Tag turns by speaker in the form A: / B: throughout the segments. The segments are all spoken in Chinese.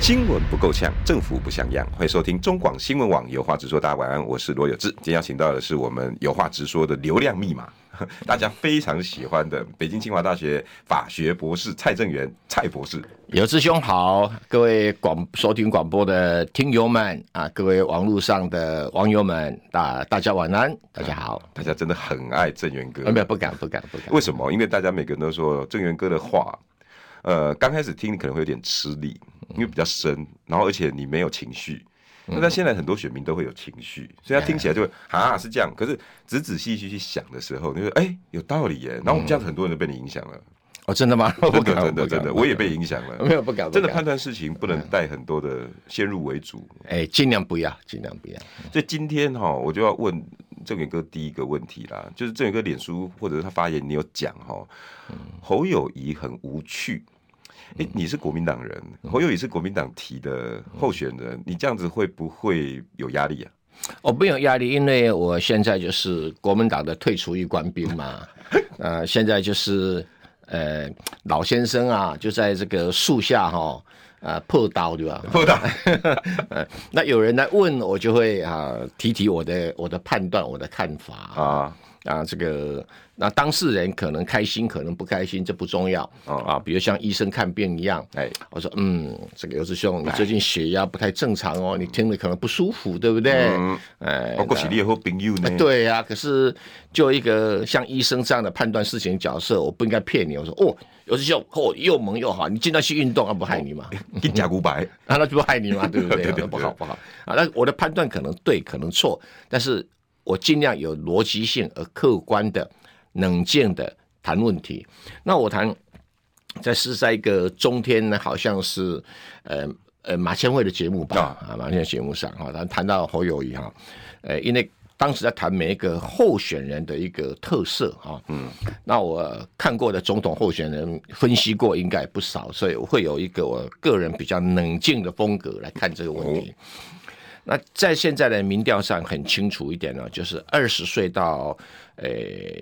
A: 新闻不够呛，政府不像样。欢迎收听中广新闻网有话直说，大家晚安，我是罗有志。今天邀请到的是我们有话直说的流量密码， 大家非常喜欢的北京清华大学法学博士蔡正元蔡博士。
B: 有志兄好，各位广收听广播的听友们啊，各位网络上的网友们，大大家晚安，大家好。
A: 大家真的很爱正元哥
B: 啊，，没有不敢不敢不敢，
A: 为什么？因为大家每个人都说郑源哥的话，呃，刚开始听你可能会有点吃力，
B: 嗯
A: 因为比较深，然后而且你没有情绪。那他现在很多选民都会有情绪，所以他听起来就会
B: 哎
A: 啊是这样。可是仔仔细细去想的时候，你就说哎、有道理耶。然后我们这样子很多人都被你影响了，
B: 哦，真的吗？嗯不
A: 真
B: 敢
A: 的真
B: 不
A: 的
B: 敢
A: 真的，
B: 不敢
A: 我也被影响了。
B: 没有不敢，不
A: 真的
B: 敢
A: 判断事情不能带很多的先入为主。
B: 哎，尽量不要，尽量不要。
A: 所以今天哈，我就要问郑源哥第一个问题啦，就是郑源哥脸书或者是他发言，你有讲哈，
B: 嗯
A: 侯友谊很无趣。哎、你是国民党人，
B: 嗯
A: 侯友谊是国民党提的候选人，你这样子会不会有压力啊？
B: 我没有压力，因为我现在就是国民党的退出一官兵 嘛，呃，现在就是呃老先生啊，就在这个树下哈、呃破刀对吧？
A: 不的，
B: 呃，那有人来问我，就会啊、提提我的我的判断，我的看法啊
A: 啊，
B: 啊，这个那当事人可能开心，可能不开心，这不重要
A: 哦
B: 啊。比如像医生看病一样，
A: 哎，
B: 我说嗯，这个刘志兄，你最近血压不太正常哦，你听了可能不舒服，对不对？
A: 嗯，
B: 哎
A: 包括喜烈或朋友呢？
B: 对呀、可是就一个像医生这样的判断事情角色，我不应该骗你。我说哦，有志兄，哦又萌又好，你尽量去运动，啊，不害你嘛，
A: 跟甲骨白，
B: 啊那就不害你嘛， 对不 对？
A: 对对
B: 那不好不好啊。那我的判断可能对，可能错，但是我尽量有逻辑性而客观的、冷静的谈问题。那我谈在是在一个中天呢，好像是呃呃马千惠的节目吧，啊马千惠节目上哈，他谈到侯友谊哈，呃，因为当时在谈每一个候选人的一个特色哈，嗯，那我看过的总统候选人分析过应该也不少，所以我会有一个我个人比较冷静的风格来看这个问题。那在现在的民调上很清楚一点呢、就是二十岁到呃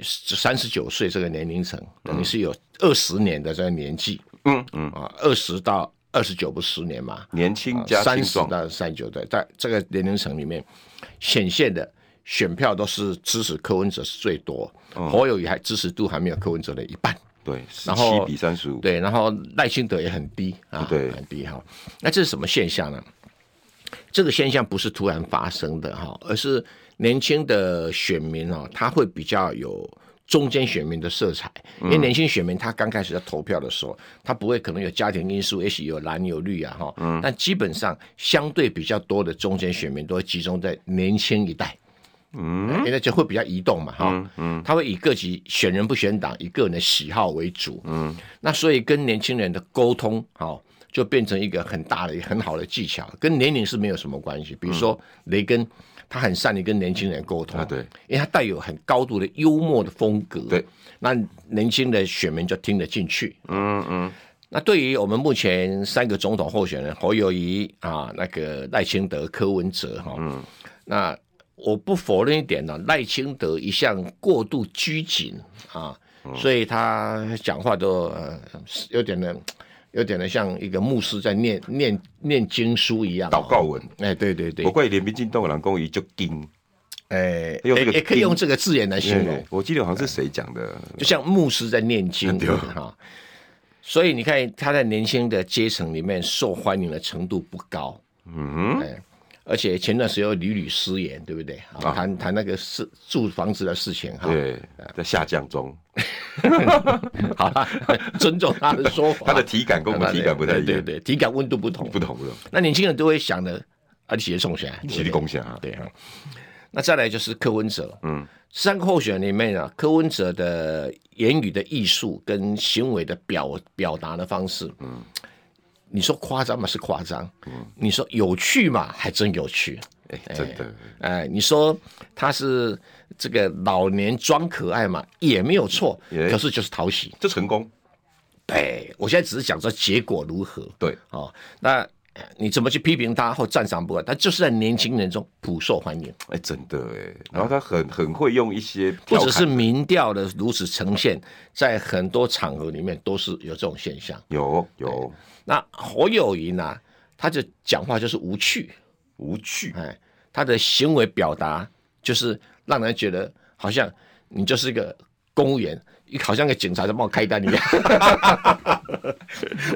B: 三十九岁这个年龄层，等于是有二十年的这个年纪，
A: 嗯嗯，
B: 啊，二十到二十九不十年嘛，啊
A: 年轻加
B: 三
A: 清
B: 十
A: 爽，
B: 到三九对，在这个年龄层里面，显现的选票都是支持柯文哲是最多，
A: 嗯
B: 侯友谊还支持度还没有柯文哲的一半，
A: 对，十
B: 然
A: 七
B: 后
A: 比三十五，
B: 对，然后赖清德也很低啊，
A: 对
B: 很低哈。那这是什么现象呢？这个现象不是突然发生的哈，而是年轻的选民哦，他会比较有中间选民的色彩，因为年轻选民他刚开始在投票的时候，他不会可能有家庭因素，也许有蓝有绿啊哈，但基本上相对比较多的中间选民都会集中在年轻一代。嗯，因为就会比较移动嘛，哈、嗯，他会以各级选人不选党，以个人的喜好为主，嗯，那所以跟年轻人的沟通，好、就变成一个很大的、很好的技巧，跟年龄是没有什么关系。比如说雷根，他很善于跟年轻人沟通，
A: 啊对，
B: 因为他带有很高度的幽默的风格，
A: 对，
B: 那年轻的选民就听得进去，
A: 嗯嗯，
B: 那对于我们目前三个总统候选人侯友谊啊，那个赖清德、柯文哲哈，
A: 嗯
B: 那我不否认一点呢、赖清德一向过度拘谨啊，
A: 嗯
B: 所以他讲话都、呃、有点呢，有点呢像一个牧师在念念念经书一样、
A: 祷告。文，
B: 哎，对对对
A: 我，怪连民进党的人公一就惊，
B: 哎，
A: 哦用这个嗯
B: 也也可以用这个字眼来形容。
A: 我记得好像是谁讲的，
B: 就像牧师在念经
A: 对
B: 哈。所以你看他在年轻的阶层里面受欢迎的程度不高，嗯，哎，而且前段时间又屡屡失言，对不对？啊，谈谈那个事住房子的事情哈，
A: 对，在下降中，
B: 好啦， 尊重他的说法，
A: 他的体感跟我们体感不太一
B: 对对
A: 样，
B: 对，体感温度不同
A: 不，同的，
B: 那年轻人都会想的，而且送起来，
A: 体力共享啊，
B: 对啊。那再来就是柯文哲，嗯，三个候选人里面啊，柯文哲的言语的艺术跟行为的表表达的方式，嗯，你说夸张嘛是夸张，嗯，你说有趣嘛还真有趣，
A: 哎，真的，
B: 哎，你说他是这个老年装可爱嘛，也没有错，
A: 也
B: 可是就是讨喜。
A: 这成功，
B: 对我现在只是讲说结果如何。
A: 对，
B: 哦，那呃你怎么去批评他或赞赏不管？他就是在年轻人中普受欢迎，
A: 哎，真的哎。然后他很很会用一些
B: 不
A: 调
B: 只
A: 侃，
B: 啊是民调的如此呈现，在很多场合里面都是有这种现象。
A: 有有
B: 那侯友谊呢，他就讲话就是无趣，
A: 无趣，
B: 哎，他的行为表达就是让人觉得好像你就是一个公务员，好像个警察在帮我开单一 样。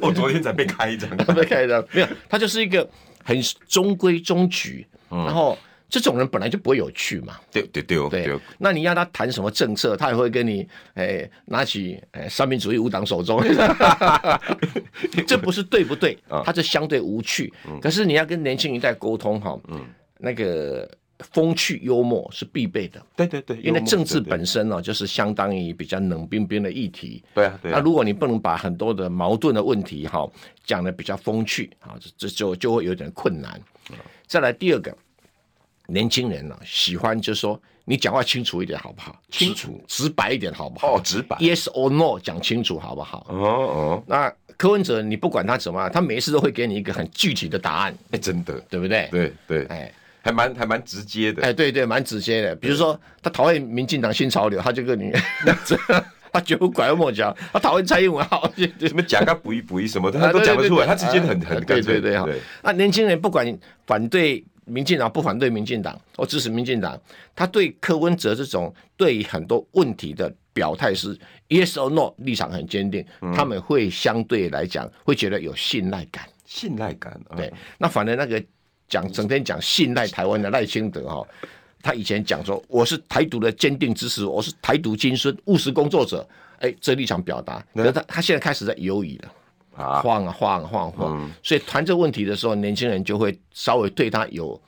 A: 我昨天才被开一张，
B: 他们开的没有，他就是一个很中规中矩，
A: 嗯
B: 然后这种人本来就不会有趣嘛。
A: 对对对哦
B: 对，
A: 对哦，
B: 那你让他谈什么政策，他也会跟你哎、拿起哎、三民主义五党手中，这不是对不对？他就相对无趣。可是你要跟年轻一代沟通哈，那个风趣幽默是必备的，
A: 对对对，
B: 因为
A: 幽默
B: 政治
A: 对对
B: 本身呢、就是相当于比较冷冰冰的议题。
A: 对啊对
B: 那
A: 啊，
B: 如果你不能把很多的矛盾的问题哈讲的比较风趣啊，这这就就会有点困难。再来第二个，年轻人呢、喜欢就是说你讲话清楚一点好不好？
A: 清楚
B: 直、直白一点好不好？
A: 哦，直白，
B: Yes or no 讲清楚好不好？
A: 哦哦，
B: 那柯文哲你不管他怎么样，他每一次都会给你一个很具体的答案，
A: 哎，真的，
B: 对不对？
A: 对对，
B: 哎
A: 还蛮还蛮直接的，
B: 哎，对对，蛮直接的。比如说他讨厌民进党新潮流，他就跟你。 他绝不拐弯抹角，他讨厌蔡英文，好，对对
A: 什么讲个补一补一什么的，他都讲得出来，他直接很很
B: 啊对啊
A: 干
B: 对
A: 脆，
B: 对哈。那年轻人不管反对民进党不反对民进党，我支持民进党，他对柯文哲这种对很多问题的表态是 yes or no 立场很坚定，
A: 嗯
B: 他们会相对来讲会觉得有信赖感。
A: 信赖感，啊
B: 对，那反正那个讲整天讲信赖台湾的赖清德哈、他以前讲说我是台独的坚定支持，我是台独精孙，务实工作者，哎，这立场表达，可是他他现在开始在犹疑了。
A: 啊，
B: 晃啊晃啊晃啊晃啊，所以谈这问题的时候，年轻人就会稍微对他有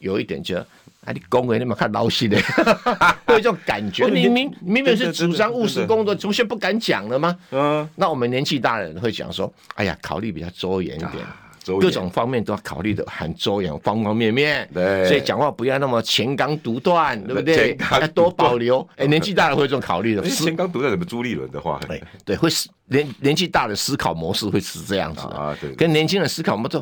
B: 有一点觉得，哎，你恭维那么看老实的， 会有一种感觉。
A: 哦你
B: 明明明明是主张务
A: 真
B: 实
A: 的真的
B: 工作，怎么现在不敢讲了吗？
A: 嗯，
B: 那我们年纪大的人会讲说，哎呀，考虑比较周延一点。
A: 周
B: 各
A: 延
B: 种方面都要考虑的很周延，方方面面。
A: 对
B: 所以讲话不要那么前刚独断，对不
A: 前？
B: 对
A: 刚
B: 要多保留。 哎，年纪大了会有这种考虑的，
A: 之
B: 思
A: 前刚读到什么朱立伦的话，
B: 对对，会是年年纪大的思考模式会是这样子的
A: 啊对对
B: 跟年轻人思考模式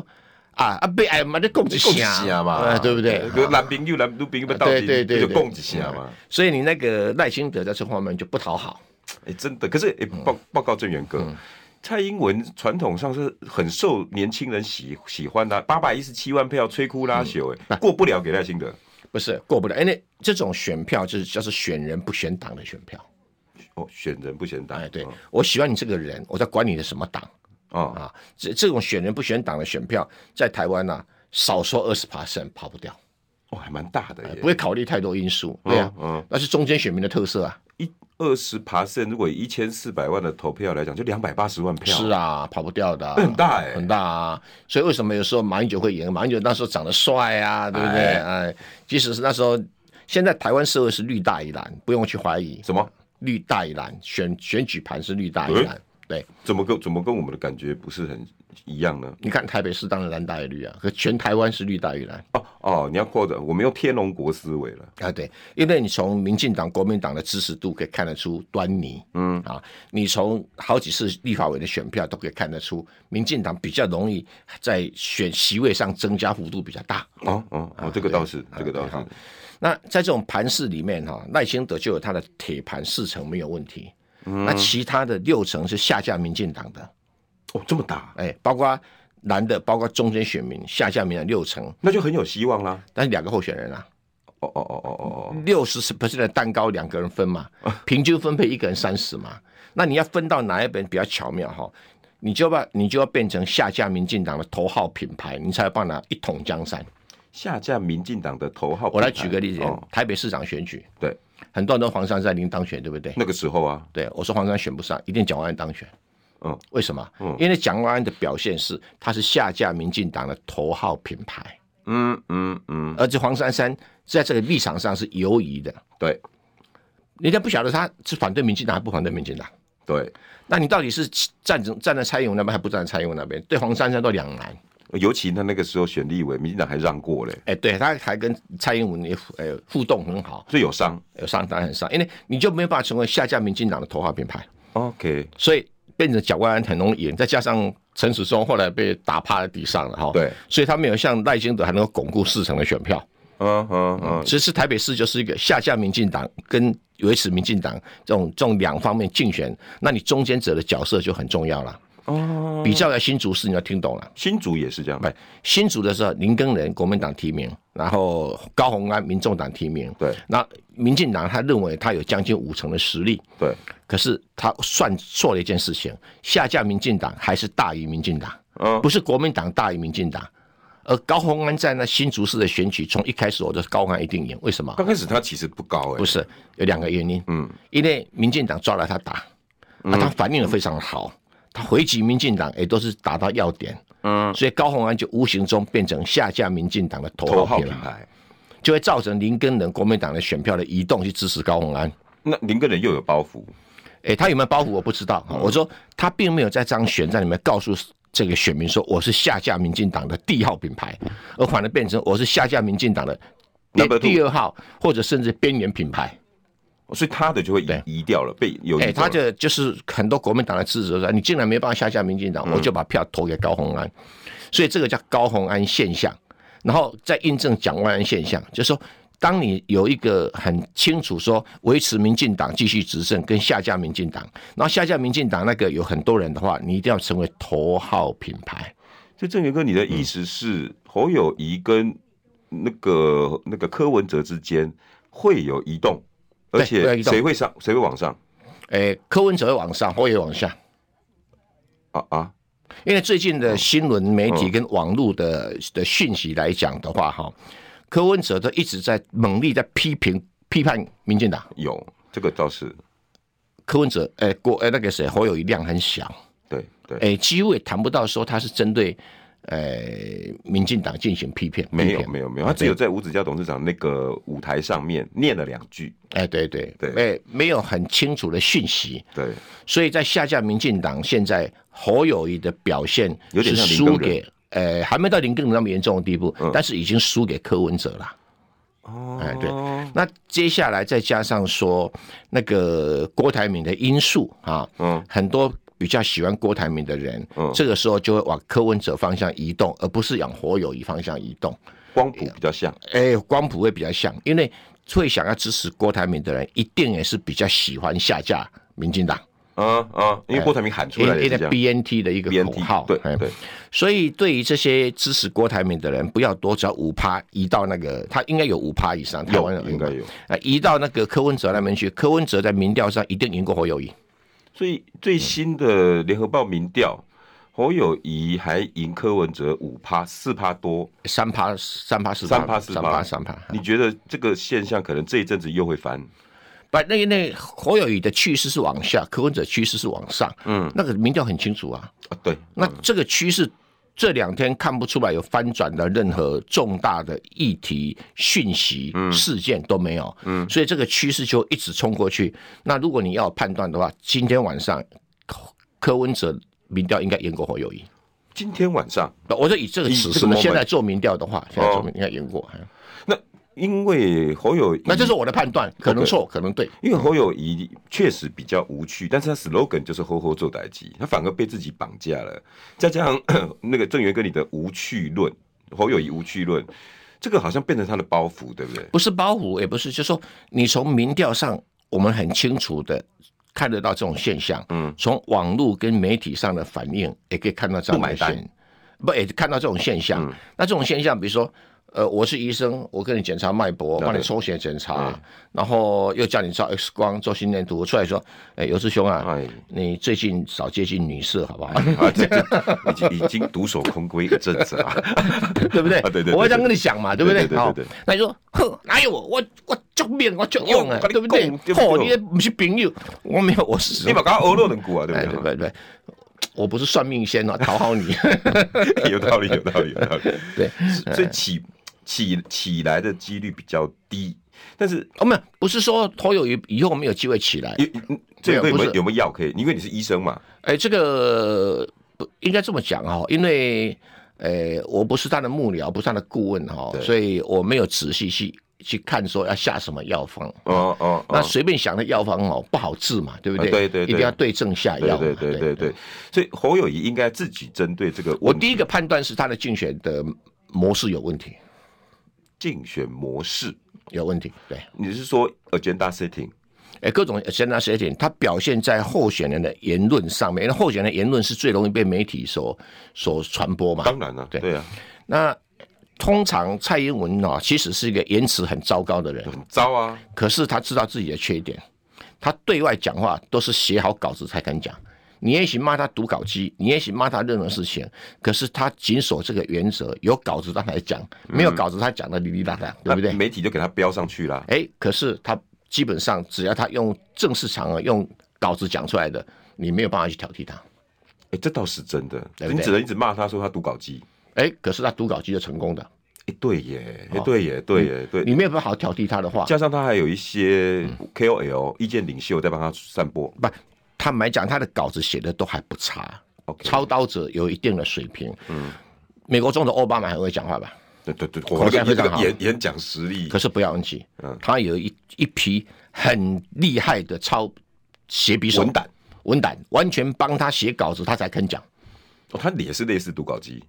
B: 啊啊被哎妈的供一
A: 共一
B: 下啊
A: 下嘛，
B: 哎对不对？
A: 就男兵又男女兵又到
B: 对
A: 底，
B: 对对，
A: 就
B: 对
A: 共一下嘛。。
B: 所以你那个赖清德在这方面就不讨好，
A: 哎，真的，可是哎，报
B: 嗯
A: 报告郑源哥。蔡英文传统上是很受年轻人喜喜欢的、八百一十七万票摧枯拉朽，哎、
B: 嗯
A: 过不了给赖清德。
B: 不是过不了。因为这种选票就是就是选人不选党的选票。
A: 哦，选人不选党，
B: 哎，对我喜欢你这个人，我在管你的什么党
A: 哦，
B: 啊？这这种选人不选党的选票，在台湾呢、少说二十 percent 跑不掉，
A: 哦，还蛮大的耶
B: 哎不，会考虑太多因素。对啊，
A: 嗯，
B: 那是中间选民的特色啊。
A: 一二十爬升，如果一千四百万的投票来讲，就两百八十万票，
B: 是啊，跑不掉的啊、
A: 那很大哎
B: 很大啊。所以为什么有时候马英九会赢？马英九那时候长得帅啊，对不对？哎，即使是那时候，现在台湾社会是绿大一蓝，不用去怀疑，
A: 什么？嗯
B: 绿大一蓝选选举盘是绿大一蓝。对，
A: 怎么跟怎么跟我们的感觉不是很一样呢？
B: 你看台北市当然蓝大于绿啊，可全台湾是绿大于蓝
A: 哦哦，你要扩展，我们用天龙国思维了，
B: 啊。对，因为你从民进党、国民党的支持度可以看得出端倪，嗯啊，你从好几次立法委的选票都可以看得出，民进党比较容易在选席位上增加幅度比较大。
A: 哦哦哦，这个倒是，这个倒
B: 啊对
A: 是，
B: 那在这种盘势里面哈，赖清德就有他的铁盘四成没有问题，那其他的六成是下架民进党的，
A: 哦，这么大，
B: 哎，包括蓝的，包括中间选民下架民进党六成，
A: 那就很有希望啦。
B: 但是两个候选人啊，
A: 哦哦哦哦哦哦，
B: 六十 percent 的蛋糕两个人 分嘛，平均分配一个人三十嘛，那你要分到哪一本比较巧妙哈？你就要把你就要变成下架民进党的头号品牌，你才有办法一统江山。
A: 下架民进党的头号，
B: 我来举个例子
A: 哦，
B: 台北市长选举，
A: 对，
B: 很多人都黄珊珊林当选，对不对？
A: 那个时候啊，
B: 对，我说黄珊珊选不上，一定蒋万安当选。
A: 嗯，
B: 为什么？因为蒋万安的表现是他是下架民进党的头号品牌，
A: 嗯嗯嗯，
B: 而且黄珊珊在这个立场上是犹疑的，
A: 对
B: 人家不晓得他是反对民进党还不反对民进党。
A: 对，
B: 那你到底是站站在蔡英文那边，还不站在蔡英文那边？对黄珊珊都两难。
A: 尤其他那个时候选立委，民进党还让过嘞，
B: 哎，对，他还跟蔡英文也互呃互动很好，
A: 所以有伤。
B: 有上当然很上，因为你就没有办法成为下架民进党的头号品牌，
A: OK，
B: 所以变成蒋万安很容易赢，再加上陈时中后来被打趴在地上了哈，
A: 对，
B: 所以他没有像赖清德还能够巩固四成的选票，
A: 嗯嗯嗯，
B: 其实台北市就是一个下架民进党跟维持民进党这种这种两方面竞选，那你中间者的角色就很重要了。
A: 哦，
B: 比较来新竹市，你要听懂了。
A: 新竹也是这样，
B: 哎，新竹的时候，林根仁国民党提名，然后高鸿安民众党提名，
A: 对
B: 那民进党他认为他有将近五成的实力，
A: 对，
B: 可是他算错了一件事情，下架民进党还是大于民进党，
A: 嗯
B: 不是国民党大于民进党。而高鸿安在那新竹市的选举，从一开始我就高鸿安一定赢，为什么？
A: 刚开始他其实不高哎
B: 不，是有两个原因，嗯，因为民进党抓了他打，啊，
A: 嗯
B: 他反应的非常好，他回击民进党也都是打到要点，
A: 嗯，
B: 所以高鸿安就无形中变成下架民进党的头
A: 头
B: 号
A: 号
B: 品
A: 品
B: 牌，
A: 牌。
B: 就会造成林根人国民党的选票的移动去支持高鸿安。
A: 那林个人又有包袱，
B: 诶，他有没有包袱我不知道。
A: 嗯
B: 我说他并没有在这张选战里面告诉这个选民说我是下架民进党的第一号品牌，而反而变成我是下架民进党的第
A: Number two
B: 第二号或者甚至边缘品牌。
A: 所以他的就会
B: 对
A: 移移掉了，被有移
B: 哎、
A: 掉
B: 他
A: 了
B: 这就是很多国民党的支持者说，你竟然没办法下架民进党，我就把票投给高鸿安，所以这个叫高鸿安现象，然后再印证蒋万安现象，就是说，当你有一个很清楚说维持民进党继续执政跟下架民进党，然后下架民进党那个有很多人的话，你一定要成为头号品牌。
A: 所以郑源哥，你的
B: 嗯
A: 意思是侯友谊跟那个那个柯文哲之间会有移动，
B: 对
A: 而
B: 会有
A: 且
B: 移动
A: 谁会上，谁会往上
B: 哎、柯文哲会往上，侯友宜往下。
A: 啊啊？
B: 因为最近
A: 嗯
B: 的新闻媒体跟网络的的讯息来讲的话，哈，柯文哲都一直在猛力在批评批判民进党。
A: 有这个倒是
B: 柯文哲，哎，郭，哎，那个谁，侯友宜量很小，
A: 对对，
B: 哎，几乎也谈不到说他是针对，呃，民进党进行批评，
A: 没
B: 批
A: 有
B: 评
A: 没有没有，他只有在吴子嘉董事长那个舞台上面念了两句，
B: 哎，对对
A: 对
B: 哎，没有很清楚的讯息，
A: 对，
B: 所以在下架民进党，现在侯友谊的表现
A: 有
B: 是
A: 点像林
B: 输
A: 更人嗯
B: 给，呃，还没到林更人那么严重的地步，但是已经输给柯文哲了。
A: 哦
B: 哎对那接下来再加上说那个郭台铭的因素啊，
A: 嗯，
B: 很多比较喜欢郭台铭的人，
A: 嗯
B: 这个时候就会往柯文哲方向移动，而不是往侯友谊方向移动。
A: 光谱比较像，
B: 哎，光谱会比较像，因为会想要支持郭台铭的人，一定也是比较喜欢下架民进党，
A: 啊啊，
B: 哎
A: 因为郭台铭喊出
B: 因
A: 来
B: 为
A: 也
B: 因
A: 是
B: 为
A: 这样
B: BNT 哎的一个口号，
A: ，BNT，对
B: 哎
A: 对，
B: 所以对于这些支持郭台铭的人，不要多，只要五趴移到那个，他应该有五趴以上，台湾
A: 有应该有。
B: 啊，移到那个柯文哲那边去。柯文哲在民调上一定赢过侯友谊，
A: 所以最新的联合报民调，侯友谊还赢柯文哲五趴四趴多，
B: 三趴三趴四
A: 三趴四
B: 三
A: 趴
B: 趴三趴。
A: 你觉得这个现象可能这一阵子又会翻？
B: 不，那那侯友谊的趋势是往下，柯文哲趋势是往上。嗯，那个民调很清楚啊。
A: 啊，对，
B: 那这个趋势这两天看不出来有翻转的任何重大的议题、讯息、
A: 嗯
B: 事件都没有。嗯，所以这个趋势就一直冲过去。那如果你要判断的话，今天晚上柯文哲民调应该赢过侯友谊。
A: 今天晚上，
B: 我就以这个
A: 以
B: 此
A: 这
B: 时
A: 个
B: 呢
A: moment 哦
B: 现在做民调的话，现在做民应该赢过，哎
A: 那因为侯友谊，
B: 那这是我的判断，可能错，可能对。
A: 因为侯友谊确实比较无趣，但是他 slogan 就是“吼吼做代机”，他反而被自己绑架了。再加上 那个郑源跟你的无趣论，侯友谊无趣论，这个好像变成他的包袱，对不对？
B: 不是包袱，也不是，就是说你从民调上，我们很清楚的看得到这种现象。嗯，从网络跟媒体上的反应，也可以看到这样的
A: 不买嗯
B: 现，不也看到这种现象。那这种现象，比如说。呃，我是医生，我跟你检查脉搏，帮你抽血检查，
A: 嗯
B: 然后又叫你照 X 光、做心电图，出来说，哎，尤志兄啊
A: 哎，
B: 你最近少接近女色，好不好？
A: 啊，这这已经已经独守空闺一阵子了。
B: 对不对？
A: 啊对对对
B: 我会这样跟你讲嘛，对不
A: 对
B: 对？
A: 对对
B: 好
A: 对对
B: 那你说，哼，哪有我，我我救命，我救用啊，
A: 我跟你
B: 对不对
A: 讲对？不
B: 哦，
A: 对
B: 你不是朋友，我没有，我是
A: 你把刚欧罗人股啊，对
B: 哎，
A: 不对？
B: 对对对，我不是算命 仙啊，讨好你。
A: 有道理，有道理，有道理。
B: 对，哎
A: 所以起起起来的几率比较低，但是
B: 哦，没有，不是说投友以以后没有机会起来。
A: 有嗯这个有
B: 不
A: 没
B: 是
A: 有有没有药可以？因为你是医生嘛，
B: 啊哎，这个不应该这么讲哦，因为呃，我不是他的幕僚，不是他的顾问哈、
A: 对
B: 所以我没有仔细去去看说要下什么药方。
A: 哦哦，
B: 嗯那
A: 哦
B: 随便想的药方哦，不好治嘛，对不对？
A: 啊对对对
B: 一定要对症下药
A: 对
B: 嘛。
A: 对对对对，所以侯友谊应该自己针对这个
B: 我
A: 问题
B: 第一个判断是他的竞选的模式有问题，
A: 竞选模式，
B: 有问题。对，
A: 你是说 agenda setting？
B: 哎，各种先拿谁点，他表现在候选人的言论上面，因为候选人的言论是最容易被媒体所所传播嘛。
A: 当然了，
B: 对
A: 对啊，
B: 那通常蔡英文哦，其实是一个言辞很糟糕的人，
A: 很糟啊，
B: 可是他知道自己的缺点，他对外讲话都是写好稿子才敢讲。你也许骂他读稿机，你也许骂他任何事情，可是他谨守这个原则，有稿子他才讲，没有稿子他讲的哩哩啦啦，对不对
A: 那？媒体就给他标上去啦。
B: 哎，可是他基本上只要他用正式场合用稿子讲出来的，你没有办法去挑剔他。
A: 哎，这倒是真的，
B: 对不对
A: 你只能一直骂他说他读稿机。
B: 哎，可是他读稿机就成功的，
A: 哎，对耶，哎，对耶，对耶，对。
B: 哦你嗯没有办法挑剔他的话。
A: 加上他还有一些 KOL 意见领袖在帮他散播。
B: 不，坦白讲，他的稿子写的都还不差
A: OK
B: 操刀者有一定的水平。嗯，美国总统奥巴马很会讲话吧？
A: 对对对，
B: 口
A: 我
B: 才
A: 这
B: 非常
A: 个
B: 好
A: 演演讲实力
B: 可，是不要忘记，
A: 嗯
B: 他有一一批很厉害的操写笔手
A: 文胆，
B: 文胆，完全帮他写稿子，他才肯讲。
A: 哦，他也是类似读稿机，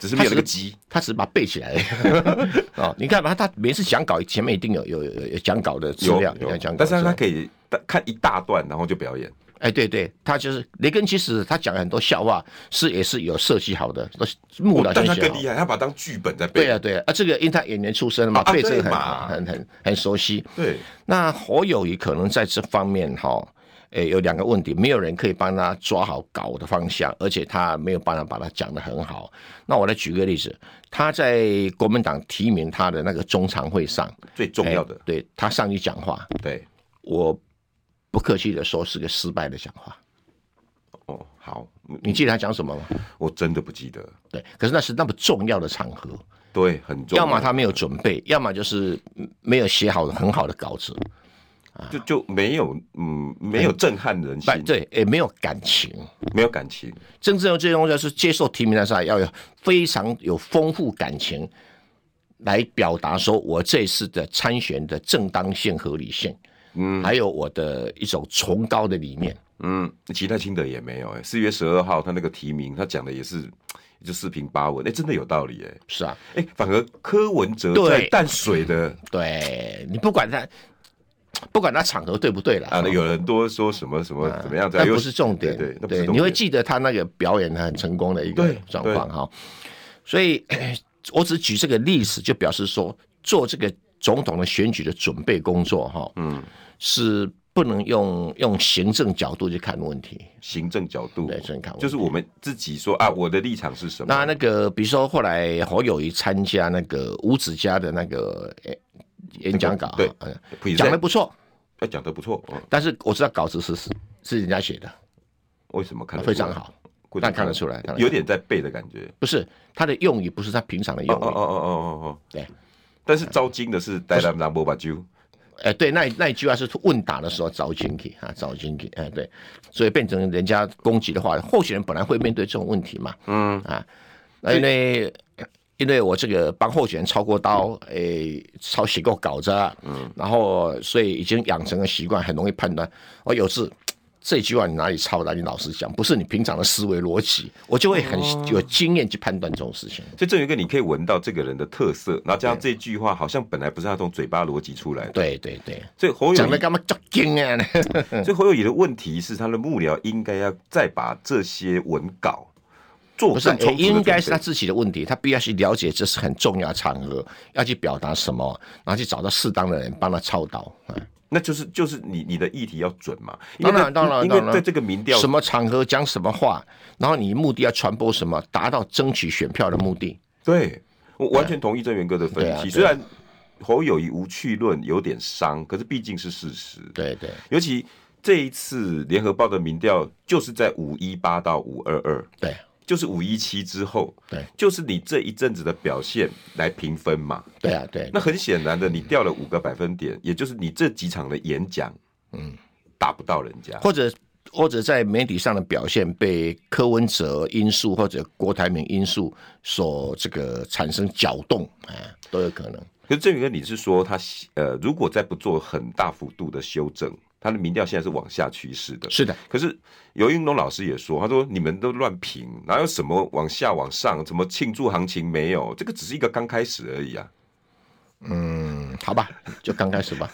A: 只是没有那个机。
B: 他只是把它背起来 而已哦，你看吧，他每次讲稿前面一定有有有有讲稿的资
A: 有
B: 料，
A: 有
B: 要讲，稿
A: 但
B: 的资
A: 是
B: 料。
A: 他可以看一大段，然后就表演。
B: 哎，对对，他就是雷根，其实他讲很多笑话是也是有设计好的，都是幕
A: 哦
B: 僚
A: 但
B: 先
A: 他
B: 写
A: 更
B: 好
A: 厉。害，他把它当剧本在背。
B: 对啊，对啊，啊，这个因为他演员出身嘛，
A: 啊啊
B: 对这个
A: 对
B: 很
A: 嘛
B: 很很很熟悉。
A: 对，
B: 那侯友谊可能在这方面哈、诶，有两个问题，没有人可以帮他抓好搞的方向，而且他没有办法把它讲得很好。那我来举个例子，他在国民党提名他的那个中常会上，
A: 最重要的
B: 诶，哎对他上去讲话，
A: 对，
B: 我不客气的说是个失败的讲话。
A: 哦，好，嗯
B: 你记得他讲什么吗？
A: 我真的不记得。
B: 对，可是那是那么重要的场合，
A: 对，很重要。
B: 要么他没有准备，要么就是嗯没有写好很好的稿子，
A: 就就没有，嗯，没有震撼人
B: 不
A: 心，
B: 对，也没有感情。
A: 没有感情。
B: 政治人物最重要是接受提名的时候要有非常有丰富感情，来表达说我这次的参选的正当性、合理性，嗯，还有我的一种崇高的理念。
A: 嗯，其他清德也没有、欸。四月十二号他那个提名，他讲的也是就四平八稳，哎、真的有道理哎、
B: 是啊，
A: 哎、反而柯文哲
B: 对
A: 在淡水的
B: 对你不管他，不管他场合对不对了，
A: 啊，那有很多说什么什么怎么样，
B: 啊那
A: 又
B: 不是重点，
A: 对，对那不是重
B: 你会
A: 点。
B: 记得他那个表演很成功的一个
A: 对
B: 状况哈。所以， 我只举这个例子，就表示说，做这个总统的选举的准备工作哈，嗯，是不能用用行政角度去看问题，
A: 行政角度
B: 对，这样看问题
A: 就是我们自己说啊，我的立场是什么？
B: 啊那那个，比如说后来侯友谊参加那个吴子嘉的那个诶演讲稿，
A: 对
B: 呃，
A: present
B: 讲的不错，
A: 哎讲的不错、哦，
B: 但是我知道稿子是是是人家写的，
A: 为什么看得
B: 非
A: 出来
B: 常，好，
A: 为什么
B: 但看得出来，看得出来
A: 有点在背的感觉。
B: 不是他的用语，不是他平常的
A: 哦
B: 用
A: 哦
B: 语
A: 哦，哦哦哦，
B: 对。
A: 但是招金的是戴兰兰波把酒，
B: 哎、对，那那一句话是问答的时候找进去啊，找进去，哎、对，所以变成人家攻击的话，候选人本来会面对这种问题嘛，嗯啊，那因为因为我这个帮候选人操过刀，哎、抄写过稿子啊，嗯，然后所以已经养成了习惯，很容易判断。我有次这句话你哪里抄的？你老实讲，不是你平常的思维逻辑，我就会很、有经验去判断这种事情。
A: 所以郑源哥，你可以闻到这个人的特色，然后加上这句话，好像本来不是他从嘴巴逻辑出来的。
B: 对对对，
A: 所以侯友
B: 讲的
A: 谊，
B: 干嘛叫惊啊？
A: 所以侯友谊的问题是，他的幕僚应该要再把这些文稿做
B: 不是啊
A: 更，充
B: 也
A: 足的准备
B: 应该是他自己的问题，他必须要去了解这是很重要的场合，要去表达什么，然后去找到适当的人帮他操刀。啊
A: 那就是就是你你的议题要准嘛。因为
B: 当然，
A: 在
B: 当然，
A: 因为
B: 当然
A: 在这个民调
B: 什么场合讲什么话，然后你目的要传播什么，达到争取选票的目的。
A: 对，我完全同意郑源哥的分
B: 对啊
A: 析。
B: 对啊
A: 虽然侯友谊无趣论有点伤，可是毕竟是事实。
B: 对对，
A: 尤其这一次联合报的民调，就是在五一八到五二二，
B: 对，
A: 就是五一七之后，
B: 对，
A: 就是你这一阵子的表现来评分嘛。
B: 对啊，对
A: 那很显然的，你掉了五个百分点，也就是你这几场的演讲，嗯，打不到人家。
B: 或者或者在媒体上的表现被柯文哲因素或者郭台铭因素所这个产生搅动，哎，都有可能。
A: 可是郑宇哥，你是说他呃，如果再不做很大幅度的修正，他的民调现在是往下趋势的。
B: 是的，
A: 可是尤云龙老师也说，他说你们都乱评，哪有什么往下往上，什么庆祝行情没有？这个只是一个刚开始而已啊。
B: 嗯，好吧，就刚开始吧。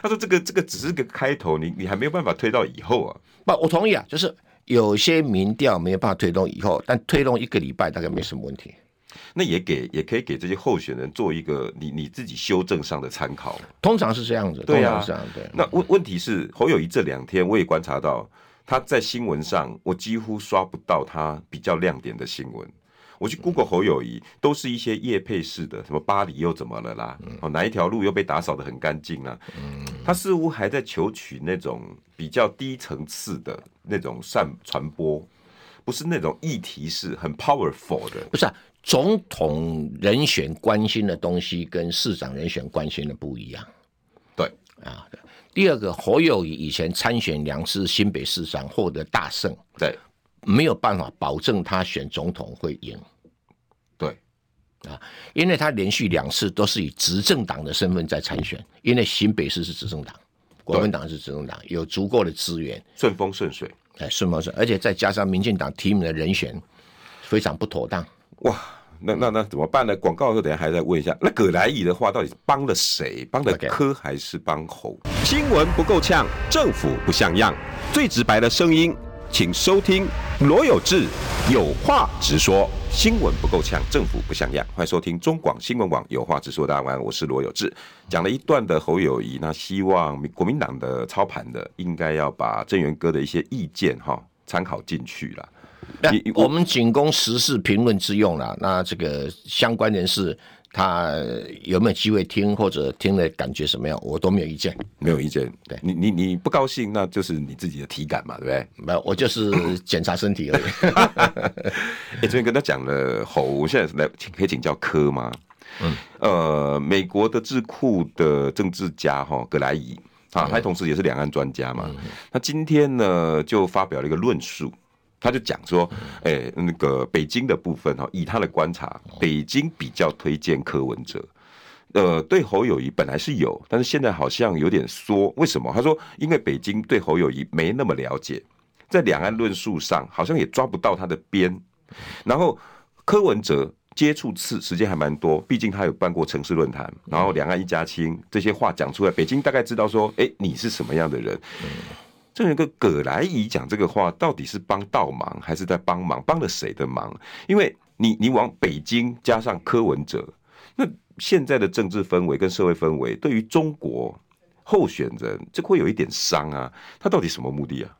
A: 他说这个这个只是个开头，你你还没有办法推到以后啊。
B: 不，我同意啊，就是有些民调没有办法推动以后，但推动一个礼拜大概没什么问题。
A: 那也给也可以给这些候选人做一个你你自己修正上的参考。
B: 通常是这样子，
A: 对
B: 通
A: 啊
B: 常是这样，对。
A: 那问问题是侯友谊这两天我也观察到他在新闻上，我几乎刷不到他比较亮点的新闻。我去 Google 侯友谊，都是一些业配式的，什么巴黎又怎么了啦，哦哪一条路又被打扫的很干净啦，他似乎还在求取那种比较低层次的那种散传播，不是那种议题式很 powerful 的。
B: 不是啊，总统人选关心的东西跟市长人选关心的不一样
A: 对，
B: 啊。第二个，侯友宜以前参选两次新北市长获得大胜，
A: 对，
B: 没有办法保证他选总统会赢，
A: 对，
B: 因为他连续两次都是以执政党的身份在参选，因为新北市是执政党，国民党是执政党，有足够的资源，
A: 顺风顺水。
B: 哎，顺风顺，而且再加上民进党提名的人选非常不妥当，
A: 哇，那那那怎么办呢？广告后等一下还在问一下，那葛莱仪的话到底是帮了谁？帮了
B: OK
A: 柯还是帮侯？
C: 新闻不够呛，政府不像样，最直白的声音，请收听罗有志有话直说。
A: 新闻不够呛，政府不像样。欢迎收听中广新闻网，有话直说。大家晚安，我是罗有志。讲了一段的侯友谊，那希望民国民党的操盘的应该要把郑源哥的一些意见哈参考进去了。
B: 那
A: 你
B: 我们仅供时事评论之用啦。那这个相关人士他有没有机会听，或者听了感觉什么样，我都没有意见。
A: 没有意见，
B: 对
A: 你你你不高兴，那就是你自己的体感嘛，对不对？
B: 没有，我就是检查身体而已。
A: 欸，昨天跟他讲了猴，我现在来请可以请教科吗？嗯，呃，美国的智库的政治家哈葛莱仪啊，他同时也是两岸专家嘛。他今天呢就发表了一个论述，他就讲说，哎、那个北京的部分哈，以他的观察，北京比较推荐柯文哲。呃，对侯友谊本来是有，但是现在好像有点缩。为什么？他说，因为北京对侯友谊没那么了解，在两岸论述上好像也抓不到他的边。然后柯文哲接触次时间还蛮多，毕竟他有办过城市论坛，
B: 嗯
A: 然后两岸一家亲这些话讲出来，北京大概知道说，哎，你是什么样的人。
B: 嗯
A: 这有一个葛莱仪讲这个话，到底是帮倒忙还是在帮忙？帮了谁的忙？因为你你往北京加上柯文哲，那现在的政治氛围跟社会氛围，对于中国候选人，这会有一点伤啊。他到底什么目的啊？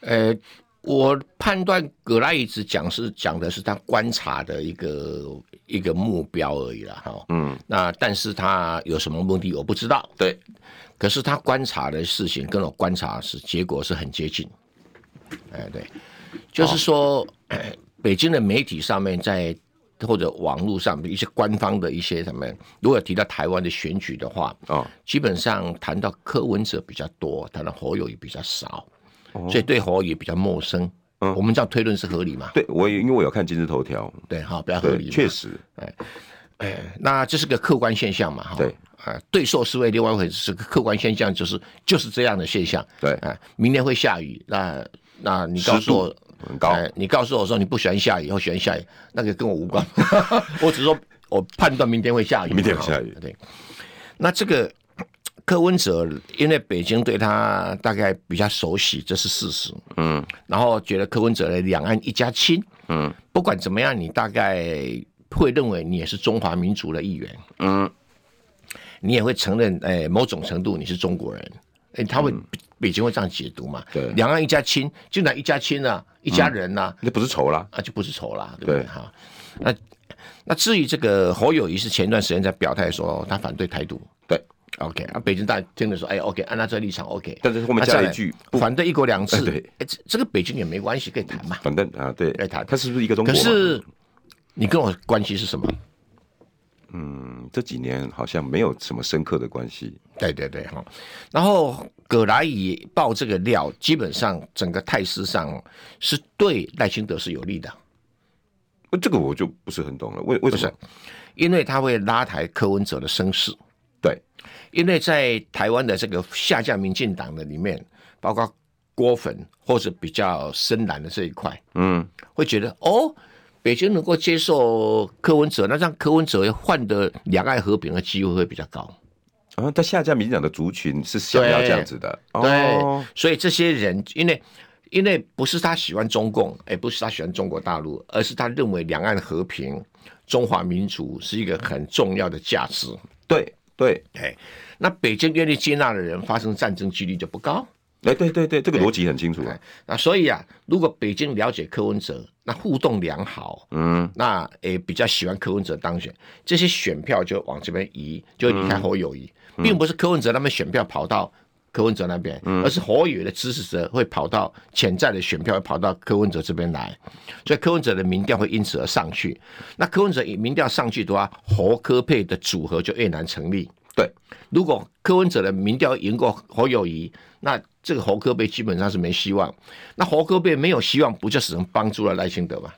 B: 呃，我判断葛莱一直讲是讲的是他观察的一个一个目标而已啦，哈。嗯。那但是他有什么目的我不知道。
A: 对，
B: 可是他观察的事情跟我观察是结果是很接近。哎，对，就是说， 哎北京的媒体上面在或者网络上一些官方的一些什么，如果提到台湾的选举的话，
A: 哦，
B: 基本上谈到柯文哲比较多，谈到侯友谊比较少，所以对侯友谊比较陌生。
A: 嗯
B: 我们这样推论是合理嘛？
A: 对我也因为我有看今日头条，
B: 对，哈，比较合
A: 对
B: 理，嘛。
A: 确实，
B: 那这是个客观现象嘛，哈。
A: 对，
B: 啊，对错是为另外一回事，是个客观现象，就是就是这样的现象。
A: 对
B: 啊，明天会下雨，那那你告
A: 时
B: 诉
A: 速
B: 我
A: 很高
B: 哎你告诉我说你不喜欢下雨，或喜欢下雨，那个跟我无 关，我只说我判断明天会下雨嘛，
A: 明天会下雨
B: 哈对，那这个柯文哲，因为北京对他大概比较熟悉，这是事实。
A: 嗯，
B: 然后觉得柯文哲的两岸一家亲，
A: 嗯，
B: 不管怎么样，你大概会认为你也是中华民族的一员，
A: 嗯，
B: 你也会承认，哎、某种程度你是中国人，哎、他会、北京会这样解读嘛？
A: 嗯对嗯
B: 两岸一家亲，竟然一家亲啊，一家人呐、啊，
A: 那不是仇啦，
B: 就不是仇啦，对不对？
A: 对
B: 哈，那那至于这个侯友谊是前段时间在表态说他反对台独
A: 对。
B: ，OK，啊，北京大家听了说，哎，OK，按照这立场，OK，
A: 但是后面
B: 啊
A: 加
B: 再
A: 了
B: 来
A: 一句，不
B: 反对一国两制，
A: 对
B: 哎，这这个北京也没关系，可以谈嘛。
A: 反正啊，对
B: 来谈，
A: 它是不是一个中国
B: 可
A: 嘛？嗯
B: 是你跟我关系是什么？
A: 嗯这几年好像没有什么深刻的关系，
B: 对对对哈。然后葛莱仪爆这个料，基本上整个态势上是对赖清德是有利的，
A: 这个我就不是很懂了，为为
B: 不
A: 什
B: 是
A: 么？？
B: 因为他会拉抬柯文哲的声势，
A: 对，
B: 因为在台湾的这个下架民进党的里面，包括郭粉或者比较深蓝的这一块，
A: 嗯，
B: 会觉得哦，北京能够接受柯文哲，那让柯文哲换得两岸和平的机会会比较高。
A: 啊，他下架民进党的族群是想要这样子的，哦
B: 对，所以这些人因为因为不是他喜欢中共，也不是他喜欢中国大陆，而是他认为两岸和平、中华民族是一个很重要的价值。
A: 对对，
B: 哎，那北京愿意接纳的人，发生战争几率就不高。
A: 哎对对对，这个逻辑很清楚啊，
B: 哎，那所以啊，如果北京了解柯文哲，那互动良好，
A: 嗯，
B: 那也比较喜欢柯文哲当选，这些选票就往这边移，就离开侯友谊，并不是柯文哲那边选票跑到柯文哲那边，而是侯友宜的支持者会跑到潜在的选票会跑到柯文哲这边来，所以柯文哲的民调会因此而上去。那柯文哲以民调上去的话，侯柯配的组合就越难成立。
A: 对，
B: 如果柯文哲的民调赢过侯友谊，那这个侯科贝基本上是没希望。那侯科贝没有希望，不就只能帮助了赖清德吗？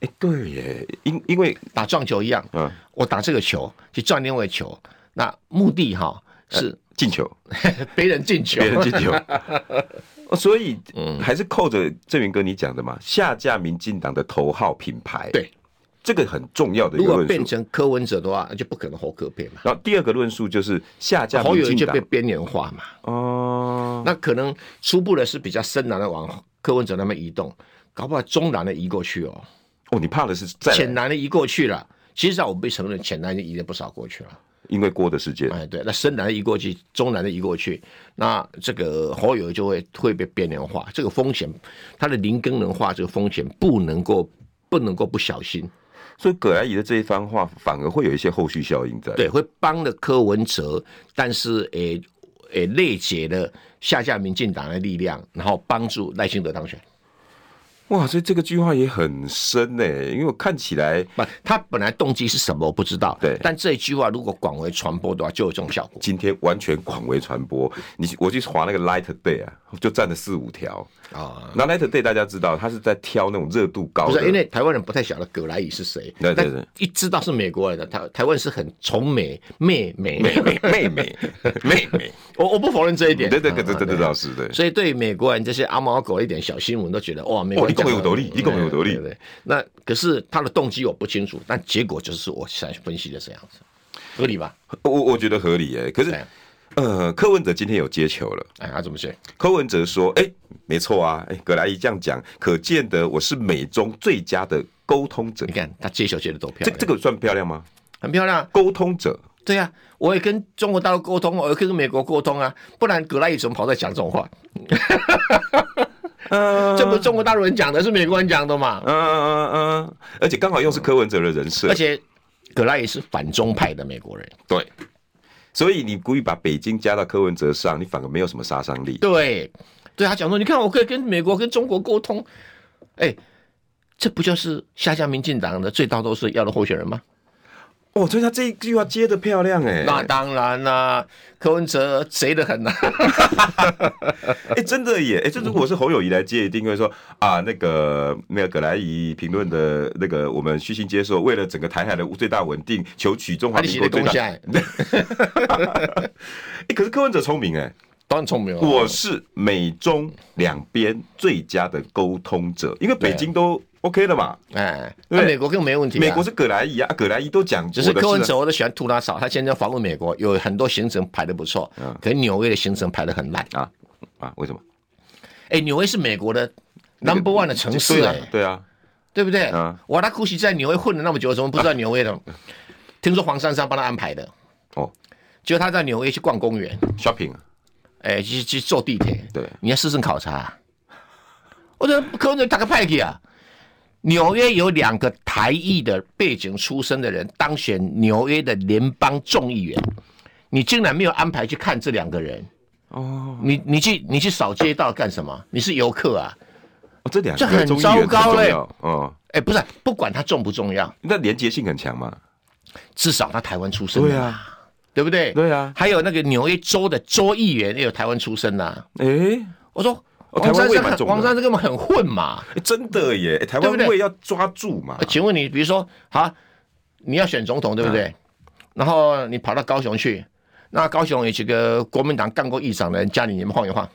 A: 哎对耶，因因为
B: 打撞球一样，
A: 嗯
B: 我打这个球去撞另外一个球，那目 的哈是
A: 进 球，
B: 别人进球
A: 别。人进 球。哦所以，
B: 嗯
A: 还是扣着郑源哥你讲的嘛，下架民进党的头号品牌，
B: 对，
A: 这个很重要的一
B: 如
A: 个
B: 果
A: 论
B: 变
A: 述。
B: 成柯文哲的话，那就不可能侯科配嘛，
A: 然后第二个论述就是下架
B: 啊侯
A: 民
B: 友谊
A: 进
B: 就
A: 党
B: 被，边缘化嘛。
A: 哦，
B: 那可能初步的是比较深蓝的往柯文哲那边移动，搞不好中蓝的移过去哦，
A: 哦，你怕的是再
B: 浅
A: 来，
B: 蓝的移过去了。其实上我们被承认浅蓝就移了不少过去了。
A: 因为郭的事件，
B: 哎，对，那深蓝的移过去，中蓝的移过去，那这个侯友宜就会会被边缘化，这个风险，他的零功能化这个风险不能够不能够不小心，
A: 所以葛莱仪的这一番话反而会有一些后续效应在。
B: 对，会帮了柯文哲，但是诶诶内解了下架民进党的力量，然后帮助赖清德当选。
A: 哇，所以这个句话也很深呢，因为我看起来
B: 不，他本来动机是什么我不知道，
A: 对
B: 但这一句话如果广为传播的话，就有这种效果。
A: 今天完全广为传播。你去我去划那个 Light Day 啊，就占了四五条。
B: 啊。
A: 那 Light Day 大家知道，他是在挑那种热度高
B: 不
A: 的，
B: 是，因为台湾人不太晓得葛莱仪是谁，
A: 对对
B: 但
A: 对
B: 一知道是美国人的，台台湾是很崇美媚美美
A: 妹妹妹妹妹，
B: 我我不否认这一点，
A: 对对对对
B: 啊
A: 对对，老师对。
B: 所以对美国人这些阿猫阿狗一点小新闻都觉得哇，美国人
A: 哦你讲得
B: 讲
A: 有
B: 得
A: 道理你讲得有道理
B: 对对对，那可是他的动机我不清楚，但结果就是我想分析的这样子，合理吧？
A: 我我觉得合理耶、可是
B: 对，
A: 呃，柯文哲今天有接球了。
B: 哎，他怎么写？
A: 柯文哲说：“哎、没错啊，哎、葛莱仪这样讲，可见得我是美中最佳的沟通者
B: 你。看他接球接的多哎漂
A: 这
B: 亮，
A: 这个算漂亮吗？
B: 很漂亮啊。
A: 沟通者，
B: 对呀、啊，我也跟中国大陆沟通，我也跟美国沟通啊，不然葛莱仪怎么跑在讲这种话？
A: 嗯
B: 这不是中国大陆人讲的，是美国人讲的嘛
A: 嗯？嗯嗯嗯，而且刚好又是柯文哲的人设
B: 而，且葛莱仪是反中派的美国人，
A: 对，所以你故意把北京加到柯文哲上，你反而没有什么杀伤力。
B: 对，对他讲说，你看我可以跟美国、跟中国沟通，哎，这不就是下架民进党的最大多数要的候选人吗？
A: 哦，所以他这一句话接的漂亮哎、
B: 那当然啦、柯文哲贼的很呐、
A: 哎、真的耶！哎、这如果是侯友谊来接，一定会说啊，那个那个葛莱仪评论的那个，我们虚心接受，为了整个台海的最大稳定，求取中华
B: 啊把你
A: 民国
B: 写
A: 最
B: 的攻
A: 大。
B: 下
A: 哎、
B: 来，
A: 可是柯文哲聪明哎、
B: 当然聪明哦了。
A: 我是美中两边最佳的沟通者，因为北京都 OK 了嘛，
B: 哎，
A: 对
B: 那美国更没问啊题、啊。
A: 美国是葛莱仪啊，葛莱仪都讲
B: 只是
A: 我的
B: 柯文
A: 事啊
B: 哲，我都喜欢吐他少。他现在访问美国，有很多行程排的不错，可纽约的行程排的很烂。
A: 啊啊，为什么
B: 哎，纽约是美国的
A: 那个
B: number one 的城市、
A: 对
B: 哎、
A: 啊，对啊，
B: 对不对？
A: 啊
B: 瓦拉库奇在纽约混了那么久，怎么不知道纽 约的？听说黄珊珊帮他安排的，
A: 哦
B: 结果他在纽约去逛公园，
A: ，shopping 啊
B: 哎，去去坐地铁。
A: 对
B: 你要市政考察、我说柯文哲打个派给啊！纽约有两个台裔的背景出身的人当选纽约的联邦众议员，你竟然没有安排去看这两个人？
A: 哦，
B: 你你去你去扫街道干什么？你是游客啊？
A: 哦这两
B: 这
A: 个
B: 很
A: 中议员很
B: 糟糕
A: 重
B: 嘞
A: 要哦，
B: 哎，不是，不管他重不重要，
A: 那连结性很强嘛，
B: 至少他台湾出身的
A: 对
B: 嘛
A: 啊，
B: 对不对？
A: 对啊
B: 还有那个纽约州的州议员也有台湾出身呐、
A: 哎、
B: 我说，
A: 哦
B: 王
A: 台湾
B: 珊
A: 味
B: 珊
A: 蛮
B: 很，
A: 重的
B: 王珊珊根本很混嘛。
A: 哎真的耶，哎台湾
B: 对不对
A: 味要抓住嘛
B: 呃。请问你，比如说，好，你要选总统，对不
A: 啊
B: 对？然后你跑到高雄去，那高雄有几个国民党干过议长的人，家里你们晃一晃，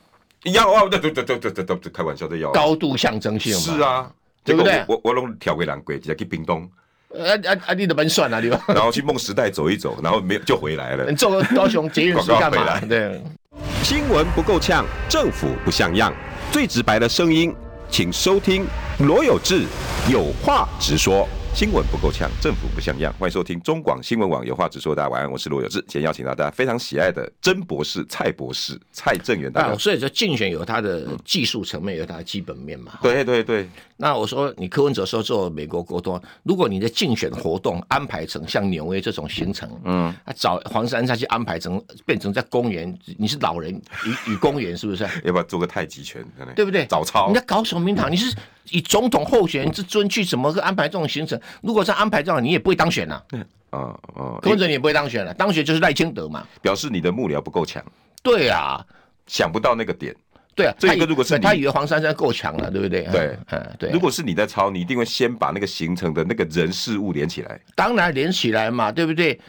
A: 要啊，对对对对对对对，开玩笑的要啊。
B: 高度象征性嘛。
A: 是，啊，
B: 对不对
A: 结果我我我拢挑回南鬼，直接去屏东，
B: 啊啊啊！你的门算了，你吧，
A: 然后去梦时代走一走，然后没有就回来了
B: 你。做个高雄捷运是干
A: 广告回
B: 嘛？
A: 来
B: 对，
C: 新闻不够呛，政府不像样，最直白的声音，请收听罗有志有话直说。
A: 新闻不够呛，政府不像样。欢迎收听中广新闻网，有话直说。大家晚安，我是罗有志。今天邀请到大家非常喜爱的曾博士、蔡博士、蔡正元大
B: 那
A: 家。
B: 啊所以说竞选有它的技术层面，有它的基本面嘛。
A: 对对对，
B: 那我说，你柯文哲说做美国国通，如果你的竞选活动安排成像纽约这种行程，嗯，啊、找黄珊珊去安排成变成在公园，你是老人 与与公园是不是？
A: 要不要做个太极拳？看看
B: 对不对？
A: 早操
B: 你在搞什么名堂？你是以总统候选人之尊去怎么个安排这种行程？如果是安排这样，你也不会当选呐、
A: 啊啊！
B: 柯文哲你也不会当选了、当选就是赖清德嘛。
A: 表示你的幕僚不够强，
B: 对啊，
A: 想不到那个点。
B: 对啊。
A: 这
B: 他
A: 一个
B: 以
A: 如果是你
B: 他以为黄珊珊够强了，对不对？
A: 对
B: 嗯，对啊。
A: 如果是你在抄，你一定会先把那个行程的那个人事物连起来。
B: 当然连起来嘛，对不对？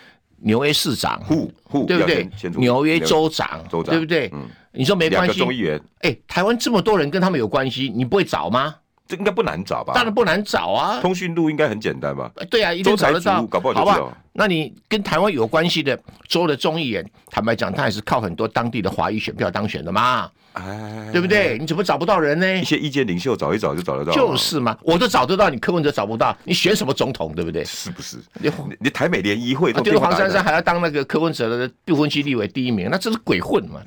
B: 纽约市长，
A: 户户
B: 对不对
A: 要先？
B: 纽约州长，
A: 州长嗯
B: 对不对？你说没
A: 两
B: 关
A: 个
B: 系
A: 众，议员，
B: 哎，台湾这么多人跟他们有关系，你不会找吗？
A: 这应该不难找吧？
B: 当然不难找啊，
A: 通讯录应该很简单吧？
B: 哎对啊，一定找得
A: 州财
B: 到，
A: 主搞不好就
B: 好吧
A: 知道
B: 那你跟台湾有关系的州的众议员，坦白讲，他也是靠很多当地的华裔选票当选的嘛，
A: 哎，
B: 对不对？你怎么找不到人呢
A: 一？些意见领袖找一找就找得到，
B: 就是嘛，我都找得到，你柯文哲找不到，你选什么总统，对不对？
A: 是不是？
B: 你
A: 你你台美联谊会
B: 啊
A: 都
B: 就是黄珊珊还要当那个柯文哲的不分区立委第一名，那真是鬼混嘛！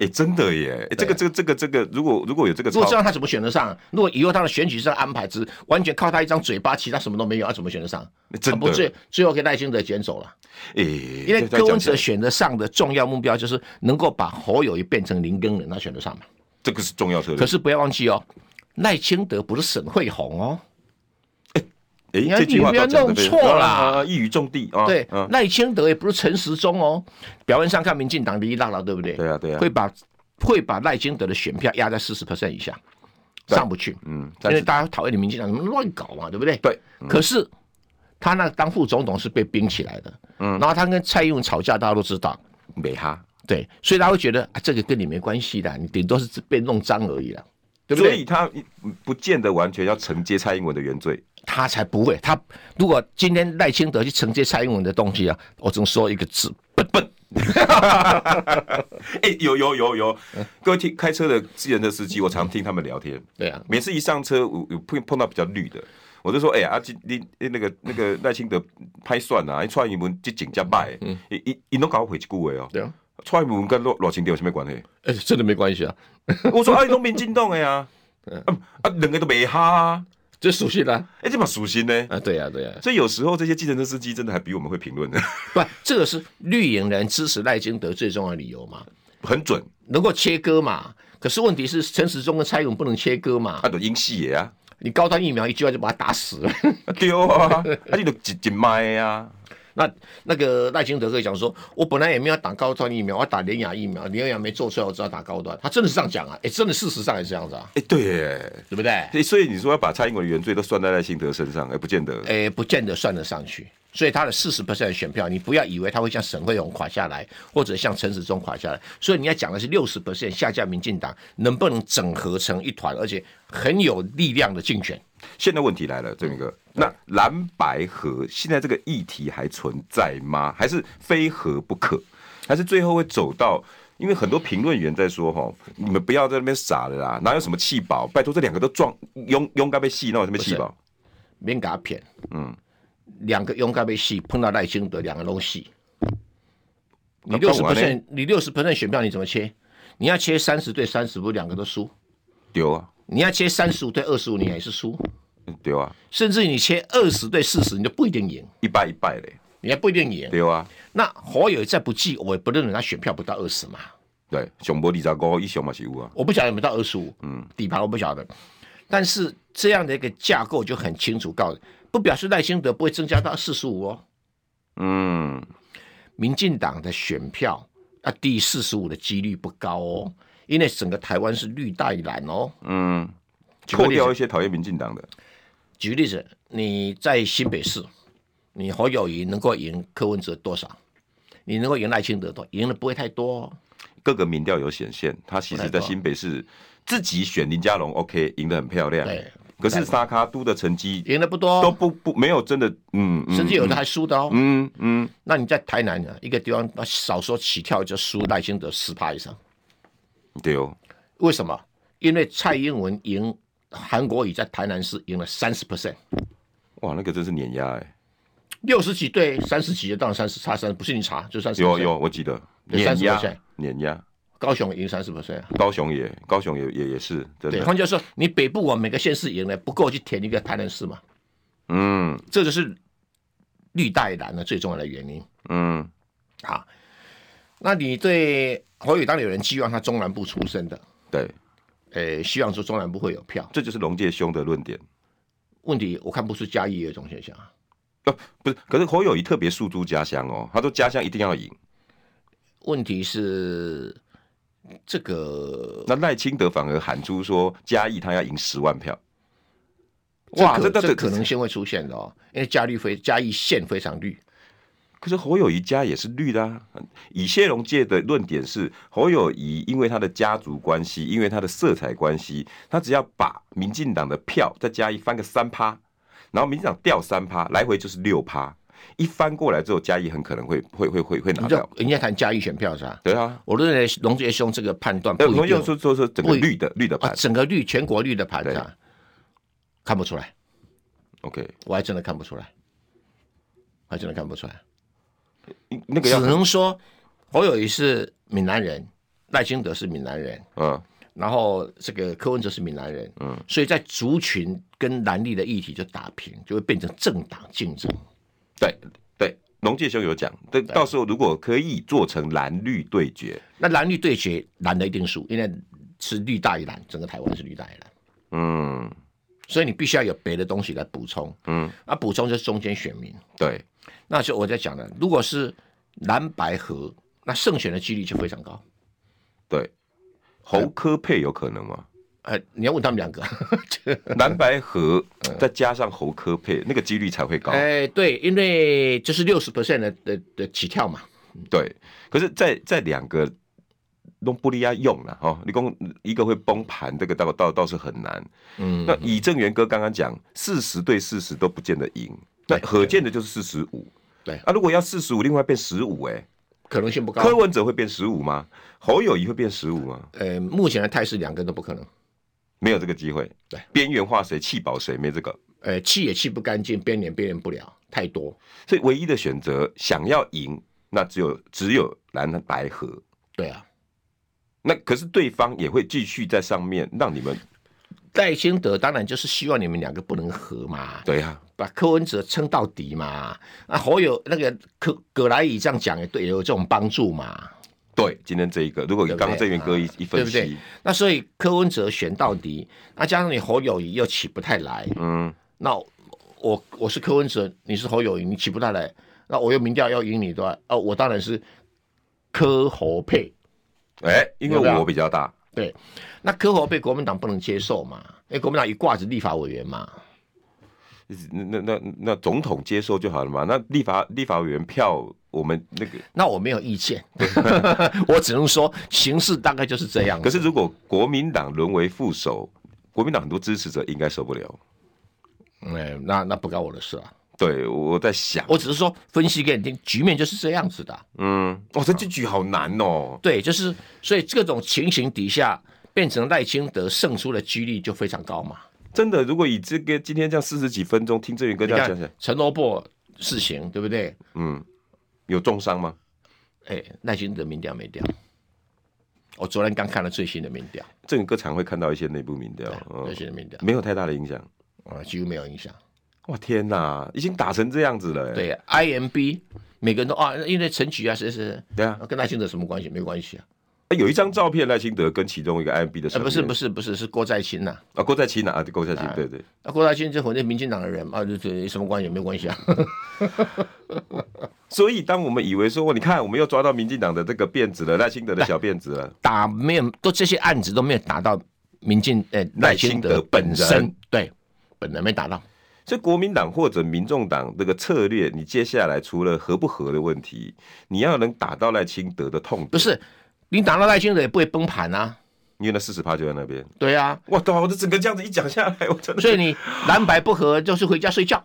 A: 哎、真的耶！哎这个这个这个这个，如果如果有这个
B: 如
A: 操
B: 果这样，他怎么选得上？如果以后他的选举上安排只完全靠他一张嘴巴，其他什么都没有，他怎么选得上？
A: 真的
B: 啊不最最后给赖清德捡走了，
A: 哎、
B: 因为
A: 这这
B: 柯文哲
A: 样讲
B: 选得上的重要目标就是能够把侯友谊变成林根人，他选得上嘛。
A: 这个是重要策略
B: 可。是不要忘记哦，赖清德不是沈惠红哦，
A: 哎、
B: 你要
A: 这句话
B: 你不要
A: 倒讲得
B: 弄
A: 非
B: 错啦
A: 啊一语中的啊！
B: 对
A: 嗯，
B: 赖、清德也不是陈时中哦。表面上看民进党的一大佬，对不对？
A: 对啊对啊
B: 会把会把赖清德的选票压在四十 percent 以下，上不去。
A: 嗯，
B: 因
A: 但
B: 为
A: 是
B: 大家讨厌你民进党，你们乱搞嘛，对不对？嗯
A: 对。
B: 可是他那当副总统是被冰起来的，嗯，然后他跟蔡英文吵架，大家都知道，
A: 美哈，
B: 对，所以他会觉得啊，这个跟你没关系的，你顶多是被弄脏而已了，对不
A: 所
B: 对？
A: 以他不见得完全要承接蔡英文的原罪。
B: 他才不会，他如果今天赖清德去承接蔡英文的东西啊，我只能说一个字，笨笨。
A: 哎、有有有有，各位听开车的自行车司机，我常听他们聊天。
B: 对啊，
A: 每次一上车，我我碰碰到比较绿的，我就说，哎、阿金，你你那个那个赖清德拍算啊，你蔡英文这警加败，一一一弄搞回一句话哦。
B: 对啊，
A: 蔡英文跟罗罗清德有什么关系？
B: 哎，真的没关系啊，
A: 我说，哎、 啊，拢民进党的呀、啊，啊啊，两个都没哈、啊，
B: 这熟悉的啊，
A: 哎、这么属心呢。
B: 啊对呀、对呀、
A: 所以有时候这些计程车司机真的还比我们会评论的，
B: 不，这个是绿营人支持赖清德最重要的理由嘛，
A: 很准。
B: 能够切割嘛。可是问题是，陈时中跟蔡英文不能切割嘛
A: 啊，，就英系的啊，
B: 你高端疫苗一句话就把他打死了。
A: 啊对啊，啊你就一一麦啊，
B: 那那个赖清德可以讲说，我本来也没有打高端疫苗，我要打联雅疫苗，联雅没做出来，我只好打高端。他真的是这样讲啊，哎，真的事实上也是这样子啊，
A: 哎、对耶，
B: 对不对？
A: 哎 所以你说要把蔡英文的原罪都算在赖幸德身上，哎、不见得。
B: 哎，不见得算得上去。所以他的四十 percent 的选票，你不要以为他会像沈惠荣垮下来，或者像陈时中垮下来。所以你要讲的是六十 percent 下架民进党能不能整合成一团，而且很有力量的竞选。
A: 现在问题来了，这明哥，
B: 嗯
A: 那蓝白河现在这个议题还存在吗？还是非和不可？还是最后会走到？因为很多评论员在说哈，你们不要在那边傻了啦，哪有什么气宝？拜托，这两个都撞勇勇敢被戏，那有什么气宝？
B: 免给他骗。嗯，两个勇敢被戏，碰到赖清德，两个都戏。你
A: 那
B: 六十
A: 不然呢
B: percent，你六十 percent 选票你怎么切？你要切三十对三十五，两个都输；
A: 丢啊，
B: 你要切三十五对二十五，你也是输。
A: 丢啊，
B: 甚至你切二十对四十，你就不一定赢，
A: 一败一败嘞，
B: 你还不一定赢。
A: 丢啊，
B: 那侯友宜再不济，我也不认为他选票不到二十嘛。
A: 对，熊博李兆高一熊嘛是有啊，
B: 我不晓得有没有到二十五，嗯，底盘我不晓得，但是这样的一个架构就很清楚告诉，不表示赖清德不会增加到四十五哦。
A: 嗯，
B: 民进党的选票啊低四十五的几率不高哦，因为整个台湾是绿带蓝哦。
A: 嗯，
B: 举个
A: 扣
B: 例子
A: 掉一些讨厌民进党的，
B: 举个例子，你在新北市，你侯友谊能够赢柯文哲多少？你能够赢赖清德多？赢的不会太多、哦。
A: 各个民调有显现，他其实在新北市自己选林佳龙，OK，赢得很漂亮。
B: 对，
A: 可是沙卡都的成绩
B: 赢的不多
A: 都
B: 哦，
A: 不不没有真的，嗯，嗯
B: 甚至有的还输的哦。
A: 嗯嗯，
B: 那你在台南呢、啊一个地方，那少说起跳就输赖清德十趴以上，
A: 对哦，
B: 为什么？因为蔡英文赢韩国瑜在台南市赢了三十 percent，
A: 哇，那个真是碾压哎，
B: 六十几对三十几的，当然三十差三，不信你查就三十。
A: 有有，我记得
B: 有
A: 碾压
B: 30%
A: 碾压，
B: 高雄赢三十 percent，
A: 高雄也高雄也也也是真
B: 对，
A: 的，
B: 换句话说，你北部我每个县市赢了不够去填一个台南市嘛，
A: 嗯
B: 这就是绿带蓝的最重要的原因
A: 嗯，
B: 啊。那你对侯友宜当然有人寄望他中南部出身的，
A: 对，
B: 呃，希望说中南部会有票。
A: 这就是龙介兄的论点。
B: 问题我看不出嘉义有这种现象啊。
A: 不是，可是侯友谊特别诉诸家乡哦，他说家乡一定要赢。
B: 问题是这个
A: 那赖清德反而喊出说嘉义他要赢十万票，哇，
B: 哇，
A: 这
B: 这
A: 这
B: 个
A: 这
B: 这可能性会出现的哦，因为嘉义非嘉义县非常绿，
A: 可是侯友谊家也是绿的、啊。以谢龙介的论点是，侯友谊因为他的家族关系，因为他的色彩关系，他只要把民进党的票再加一翻个三趴，然后民进党掉三趴，来回就是六趴，一翻过来之后，嘉义很可能会会会会会拿
B: 你知道
A: 到。
B: 人家谈嘉义选票是吧？
A: 对啊，
B: 我认为龙杰兄这个判断
A: 呃，
B: 不
A: 我
B: 一
A: 们
B: 定
A: 又说说说整个
B: 不一
A: 绿的绿的
B: 啊
A: 盘，
B: 整个绿全国绿的盘啊，看不出来，
A: ，OK，
B: 我还真的看不出来，我还真的看不出来，
A: 那个
B: 只
A: 要
B: 能说侯友谊是闽南人，赖清德是闽南人，
A: 嗯
B: 然后这个柯文哲是闽南人，嗯，所以在族群跟蓝绿的议题就打平，就会变成政党竞争。
A: 对对，龙介兄有讲，但到时候如果可以做成蓝绿对决，
B: 那蓝绿对决，蓝的一定输，因为是绿大于蓝，整个台湾是绿大于蓝，
A: 嗯，
B: 所以你必须要有别的东西来补充。
A: 嗯，
B: 那补充就是中间选民。
A: 对，
B: 那就我在讲的，如果是蓝白合，那胜选的几率就非常高。
A: 对，侯科配有可能 吗？
B: 呃，你要问他们两个，
A: 蓝白河再加上侯科配，那个几率才会高。
B: 嗯哎、对，因为就是六十 percent 的的的起跳嘛，
A: 对，可是在在两个弄布利亚用了哦，你讲一个会崩盘，这个倒倒倒是很难。
B: 嗯，
A: 那以正元哥刚刚讲，四十对四十都不见得赢，那
B: 对
A: 可见的就是四十五。
B: 对
A: 啊，如果要四十五，另外变十五，哎，
B: 可能性不高。
A: 柯文哲会变十五吗？侯友谊会变十五吗？
B: 呃，目前的态势两个都不可能，
A: 没有这个机会。
B: 对，
A: 边缘化谁，气饱谁，没这个。
B: 呃，气也气不干净，边缘边缘不了，太多。
A: 所以唯一的选择，想要赢，那只有只有蓝白河。
B: 对啊，
A: 那可是对方也会继续在上面让你们
B: 戴兴德当然就是希望你们两个不能合嘛，
A: 对啊呀、
B: 把柯文哲撑到底嘛。啊，侯友那个柯葛莱伊这样讲也对，也有这种帮助嘛。
A: 对，今天这一个，如果
B: 对
A: 刚
B: 不
A: 刚
B: 对
A: 这元哥一
B: 啊
A: 一分析，
B: 对不对那所以柯文哲选到底，那加上你侯友谊又起不太来，
A: 嗯，
B: 那我我是柯文哲，你是侯友谊，你起不太来，那我又民调要赢你的话，哦，我当然是柯侯配。
A: 哎、因为
B: 有没有
A: 我比较大，
B: 对，那柯侯配国民党不能接受嘛，因为国民党一挂着立法委员嘛，
A: 那那那那总统接受就好了嘛。那立法立法委员票，我们那个，
B: 那我没有意见， 我只能说形势大概就是这样。
A: 可是如果国民党沦为副手，国民党很多支持者应该受不了。
B: 嗯，那那不干我的事啊，
A: 对，我在想，
B: 我只是说分析给你听，局面就是这样子的啊。
A: 嗯，哇，这这局好难哦。
B: 对，就是所以这种情形底下，变成赖清德胜出的几率就非常高嘛。
A: 真的，如果以这个今天这样四十几分钟听郑源哥
B: 你
A: 这样讲
B: 看
A: 讲，
B: 陈罗伯事情对不对？
A: 嗯，有重伤吗？
B: 哎，赖清德民调没掉。我昨天刚看了最新的民调，
A: 郑源哥常会看到一些内部民调，
B: 最
A: 嗯，
B: 新的民调
A: 没有太大的影响。
B: 啊，几乎没有影响。
A: 哇天哪，已经打成这样子了、欸。
B: 对，IMB 每个人都啊，因为陈菊啊，谁谁谁
A: 对啊，
B: 跟赖清德什么关系？没关系啊。
A: 啊有一张照片，赖清德跟其中一个 IMB 的
B: 呃，
A: 成员，
B: 不是不
A: 是
B: 是不是，是郭在清呐、
A: 啊，郭在清啊，啊郭在清，对对，
B: 那郭在清这反正民进党的人嘛，就这什么关系没有关系啊。
A: 所以当我们以为说，哇你看我们又抓到民进党的这个辫子了，赖清德的小辫子了，
B: 打没有都这些案子都没有打到民进呃
A: 赖
B: 赖
A: 清
B: 清
A: 德
B: 德
A: 本
B: 本
A: 人
B: 身，对，本人没打到。
A: 所以国民党或者民众党这个策略，你接下来除了合不合的问题，你要能打到赖清德的痛点，
B: 不是你打到赖清德也不会崩盘啊，
A: 因为那四十趴就在那边。
B: 对啊，
A: 哇，对啊，我这整个这样子一讲下来，我真的
B: 所以你蓝白不合就是回家睡觉。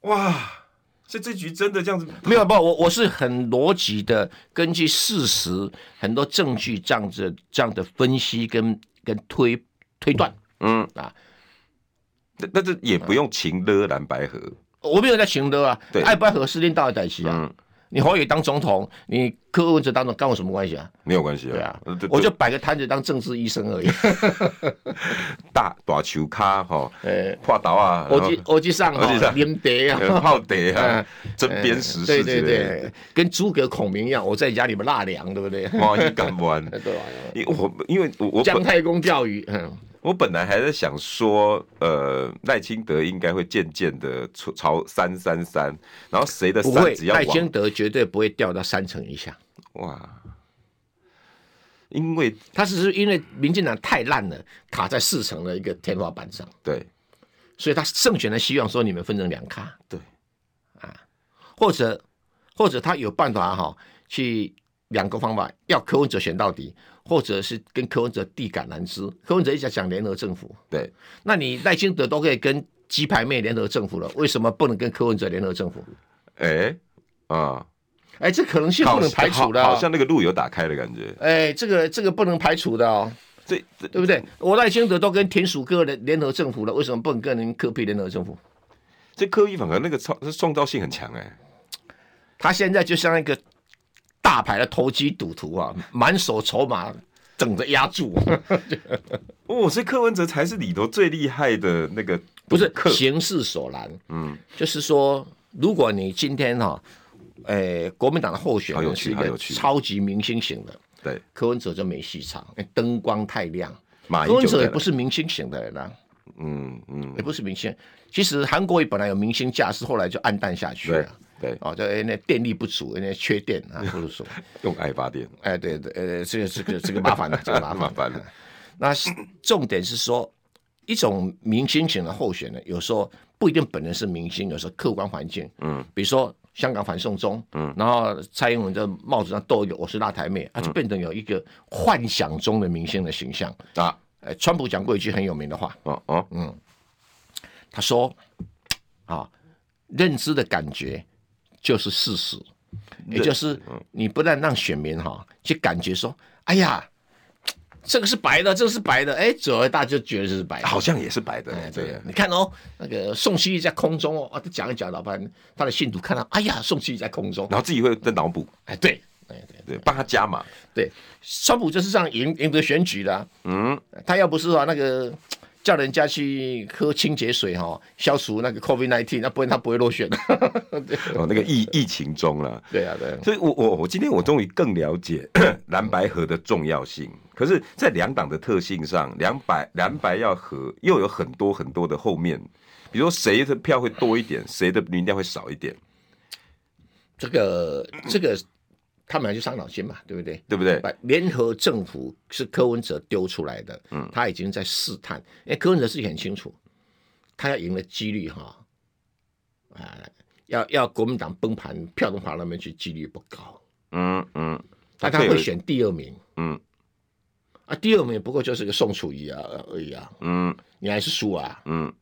A: 哇，所以这局真的这样子，
B: 没有不，我我是很逻辑的，根据事实很多证据这样子这样的分析跟跟推推断。
A: 嗯
B: 啊，
A: 那那这也不用情勒蓝白河，
B: 我没有在行的啊
A: 对，
B: 爱不爱合是另当的代志啊。
A: 嗯
B: 你侯友宜当总统，你柯文哲当总统跟我什么关系啊？
A: 没有关系
B: 对啊
A: 呃，
B: 我就摆个摊子当政治医生而已。
A: 大打球咖哈，
B: 呃，
A: 画刀啊，
B: 我去我去上
A: 我去上
B: 哈，林德啊，
A: 然后泡得啊
B: 嗯，
A: 针砭时
B: 对
A: 事
B: 对
A: 之类的，
B: 对，跟诸葛孔明一样，我在家里面纳凉，对不 对？
A: 哇，你敢玩？
B: 对吧？
A: 因为我因为我我
B: 姜
A: 本
B: 太公钓鱼，嗯，
A: 我本来还在想说，呃，赖清德应该会渐渐的朝三三三，然后谁的
B: 不
A: 三
B: 会，
A: 只要
B: 赖
A: 往
B: 清德绝对不会掉到三成以下。
A: 哇，因为
B: 他只是因为民进党太烂了，卡在四成的一个天花板上，
A: 对
B: 所以他胜选的希望说你们分成两咖，啊
A: 对，
B: 或者或者他有办法哈、去两个方法，要柯文哲选到底，或者是跟柯文哲递橄榄枝。柯文哲一直讲联合政府，
A: 对，
B: 那你赖清德都可以跟鸡排妹联合政府了，为什么不能跟柯文哲联合政府？
A: 哎啊，
B: 哎，这可能性不能排除的、
A: 好，
B: 哦
A: 好。像那个路有打开的感觉，
B: 哎，这个这个不能排除的哦，
A: 这这
B: 对不对？我赖清德都跟田鼠哥联联合政府了，为什么不能跟您科比联合政府？
A: 这科比反而那个创创造性很强哎，
B: 他现在就像一个大牌的投机赌徒啊，满手筹码等着压啊注，
A: 哦，所以柯文哲才是里头最厉害的那个
B: 不是
A: 客，
B: 形势所难，
A: 嗯，
B: 就是说，如果你今天哈、哎，国民党的候选
A: 好有
B: 人
A: 趣
B: 是一
A: 好
B: 个
A: 有趣
B: 超级明星型的，
A: 对，
B: 柯文哲就没戏唱，哎灯光太亮。
A: 马
B: 柯
A: 英
B: 文
A: 九
B: 哲
A: 在
B: 也
A: 哪
B: 不，是明星型的人啊，
A: 嗯嗯，
B: 也不是明星。其实韩国瑜本来有明星架势，后来就暗淡下去
A: 对
B: 了。
A: 嗯对，
B: 哦，就哎那电力不足，那缺电啊，不如说，
A: 用爱发电，
B: 哎，对对，呃，这个这个这个麻烦了，这个麻
A: 麻
B: 烦。
A: 烦
B: 嗯
A: 了，
B: 那是重点是说，一种明星型的候选人，有时候不一定本人是明星，有时候客观环境，
A: 嗯，
B: 比如说香港反送中，嗯，然后蔡英文的帽子上斗一个我是辣台妹，啊，就变成有一个幻想中的明星的形象。
A: 啊，
B: 呃，川普讲过一句很有名的话，
A: 哦哦，
B: 嗯他说：“啊，认知的感觉就是事实，也就是你不但让选民哈、去感觉说，哎呀，这个是白的，这个是白的，哎，久而大之就觉得这是白的。
A: 好像也是白的，
B: 哎，
A: 对啊
B: 对，，你看哦，那个宋希玉在空中哦，啊，他讲一讲，老半他的信徒看到，哎呀，宋希玉在空中，
A: 然后自己会在脑补，
B: 哎，对，哎对
A: 对，帮他加码，
B: 对，川普就是这样赢赢得选举的啊、
A: 嗯，
B: 他要不是啊那个叫人家去喝清洁水哈、消除那个 COVID nineteen，那不然他不会落选。 对
A: 哦，那个疫疫情中了。
B: 对啊，对啊。
A: 所以我，我我今天我终于更了解 蓝白合的重要性。可是，在两党的特性上，两白蓝白要合，又有很多很多的后面，比如说谁的票会多一点，谁的民调会少一点，
B: 这个这个，他们要去伤脑筋嘛，对不对？
A: 对不对？
B: 把哎联合政府是柯文哲丢出来的，嗯，他已经在试探，因为柯文哲自己很清楚，他要赢的几率哈，啊、要要国民党崩盘，票都爬到那边去，几率不高，
A: 嗯嗯，
B: 但他
A: 会有
B: 会选第二名
A: 嗯
B: 啊，第二名不过就是个宋楚瑜啊而已啊，
A: 嗯
B: 你还是输啊，
A: 嗯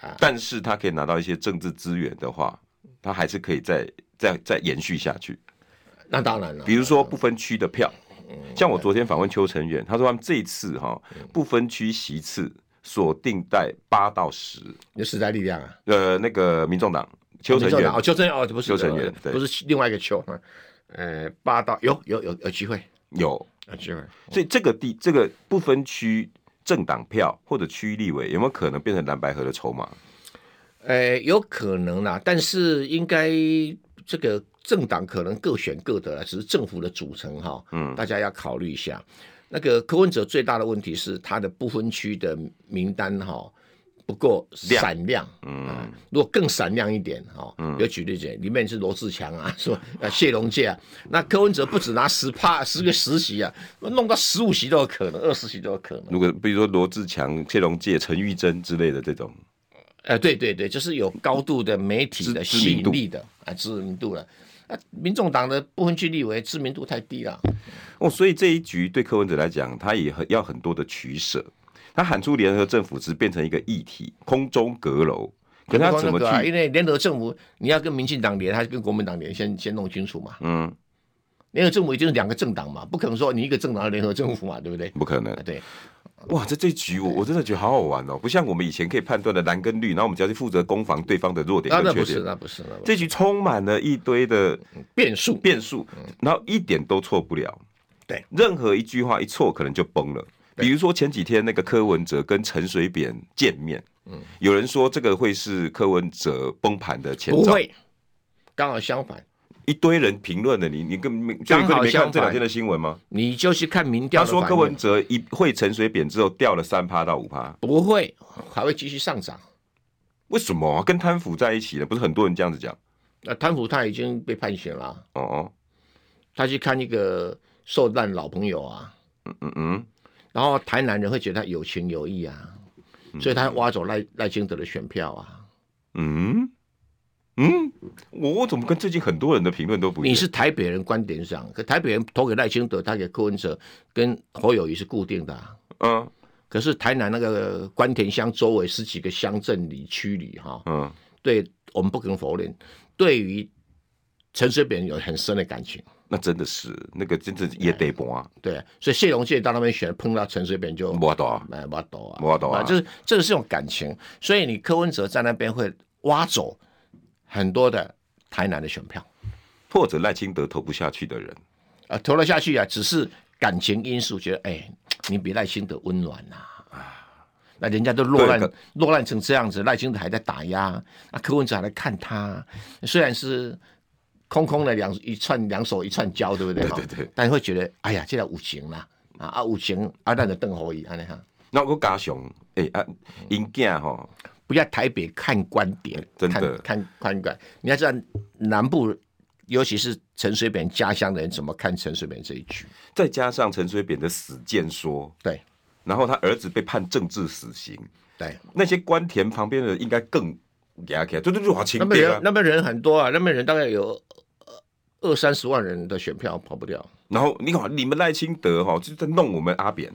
B: 啊。
A: 但是他可以拿到一些政治资源的话，他还是可以再再再延续下去。
B: 那当然了，
A: 嗯比如说不分区的票，像我昨天访问邱成远，他说他们这一次哈、不分区席次锁定在八到十。
B: 有时代力量啊，
A: 呃，那个民众党邱成
B: 民众
A: 远
B: 党哦，邱成远哦，不是
A: 邱成远对
B: 不是另外一个邱，嗯呃，八到有有有有机会，
A: 有，
B: 有机会。
A: 所以这个地这个不分区政党票或者区域立委有没有可能变成蓝白河的筹码？
B: 呃，有可能啦，但是应该这个政党可能各选各的了，只是政府的组成哈，嗯，大家要考虑一下。那个柯文哲最大的问题是他的不分区的名单哈不够闪亮，嗯、如果更闪亮一点哈，嗯，有举例子，里面是罗志强啊，说啊谢龙介啊，那柯文哲不止拿十趴十个十席啊，弄到十五席都有可能，二十席都有可能。
A: 如果比如说罗志强、谢龙介、陈玉珍之类的这种，
B: 呃，对对对，就是有高度的媒体的
A: 知
B: 吸
A: 知名度
B: 引力的啊，知名度了。啊，民众党的不分区立委知名度太低了。
A: 哦，所以这一局对柯文哲来讲，他也很要很多的取舍。他喊出联合政府只变成一个议题，空中阁楼，可是他怎么
B: 那个啊
A: 去？
B: 因为联合政府，你要跟民进党连，还是跟国民党连，先先弄清楚嘛。
A: 嗯，
B: 联合政府已经是两个政党嘛，不可能说你一个政党要联合政府嘛，对不对？
A: 不可能
B: 啊，。对，
A: 哇，这这一局我我真的觉得好好玩哦，不像我们以前可以判断的蓝跟绿，然后我们只要去负责攻防对方的弱点
B: 那那
A: 跟
B: 不
A: 缺
B: 是，
A: 点。
B: 那不是，那不是
A: 这局充满了一堆的
B: 变数。
A: 变数，然后一点都错不了。
B: 嗯对，
A: 任何一句话一错，可能就崩了。比如说前几天那个柯文哲跟陈水扁见面，嗯，有人说这个会是柯文哲崩盘的前
B: 不
A: 兆，
B: 会，刚好相反，
A: 一堆人评论了你，你根本没，就
B: 刚好
A: 你没看
B: 相
A: 这两
B: 反
A: 天的新闻吗？
B: 你就去看民调
A: 他
B: 的
A: 说
B: 反
A: 柯
B: 应
A: 文哲一会陈水扁之后掉了三趴到五趴，
B: 不会，还会继续上涨。
A: 为什么啊、跟贪腐在一起了？不是很多人这样子讲
B: 那贪腐他已经被判刑了。啊
A: 哦哦，
B: 他去看一个受难老朋友啊，
A: 嗯嗯，
B: 然后台南人会觉得他有情有义啊，所以他挖走赖赖清德的选票啊。
A: 嗯嗯，我我怎么跟最近很多人的评论都不一样？
B: 你是台北人观点上，可台北人投给赖清德，他给柯文哲跟侯友谊是固定的、啊。
A: 嗯
B: 可是台南那个关田乡周围十几个乡镇里区里哈，
A: 嗯
B: 对我们不可能否认，对于陈水扁有很深的感情。
A: 那真的是那个真的也得搏啊，
B: 对，所以谢龙介到那边选，碰到陈水扁就
A: 没办法
B: 哎，挖斗啊，
A: 没办法啊
B: 就是这个是一种感情，所以你柯文哲在那边会挖走很多的台南的选票
A: 或者赖清德投不下去的人，
B: 啊，投了下去啊，只是感情因素，觉得哎，你比赖清德温暖呐、啊。那人家都落
A: 对
B: 难落难成这样子，赖清德还在打压，那柯文哲还在看他，虽然是空空的两一串两手一串交，对不对？
A: 对对对。
B: 但会觉得，哎呀，这叫五行啦，啊啊五行啊，那个邓侯仪，安尼哈。
A: 那我加雄哎啊，因囝吼，
B: 不要台北看观点，
A: 真的
B: 看看观点。你要知道南部，尤其是陈水扁家乡的人怎么看陈水扁这一局。
A: 再加上陈水扁的死谏说，
B: 对
A: 然后他儿子被判政治死刑，
B: 对，
A: 那些官田旁边的人应该更牙起来，对对对，好
B: 那
A: 清
B: 边
A: 点
B: 人
A: 啊，
B: 那边人很多啊，那边人大概有呃二三十万人的选票跑不掉。
A: 然后你看你们赖清德哈就在弄我们阿扁，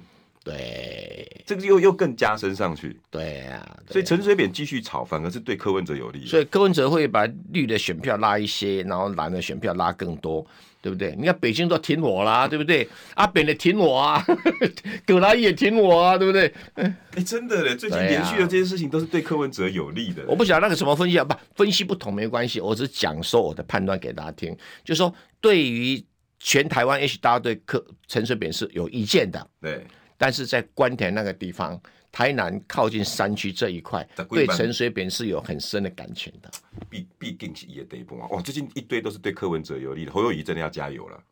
B: 对
A: 这个又又更加深上去，
B: 对啊，对
A: 所以陈水扁继续炒，反而是对柯文哲有利的。
B: 所以柯文哲会把绿的选票拉一些，然后蓝的选票拉更多，对不对？你看北京都挺我啦，对不对？阿扁也挺我啊， 葛拉也挺我啊，对不对？
A: 哎、真的嘞，最近
B: 对啊
A: 连续的这些事情都是对柯文哲有利的。
B: 我不晓得那个什么分析啊，不分析不同没关系，我只是讲说我的判断给大家听，就是说对于全台湾，也许大家对柯陈水扁是有意见的，
A: 对，
B: 但是在关田那个地方，台南靠近山区这一块
A: 在，贵
B: 对
A: 班
B: 陈水扁是有很深的感情的。
A: 哦毕毕竟是也得一波嘛。哇，最近一堆都是对柯文哲有利的，侯友谊真的要加油了。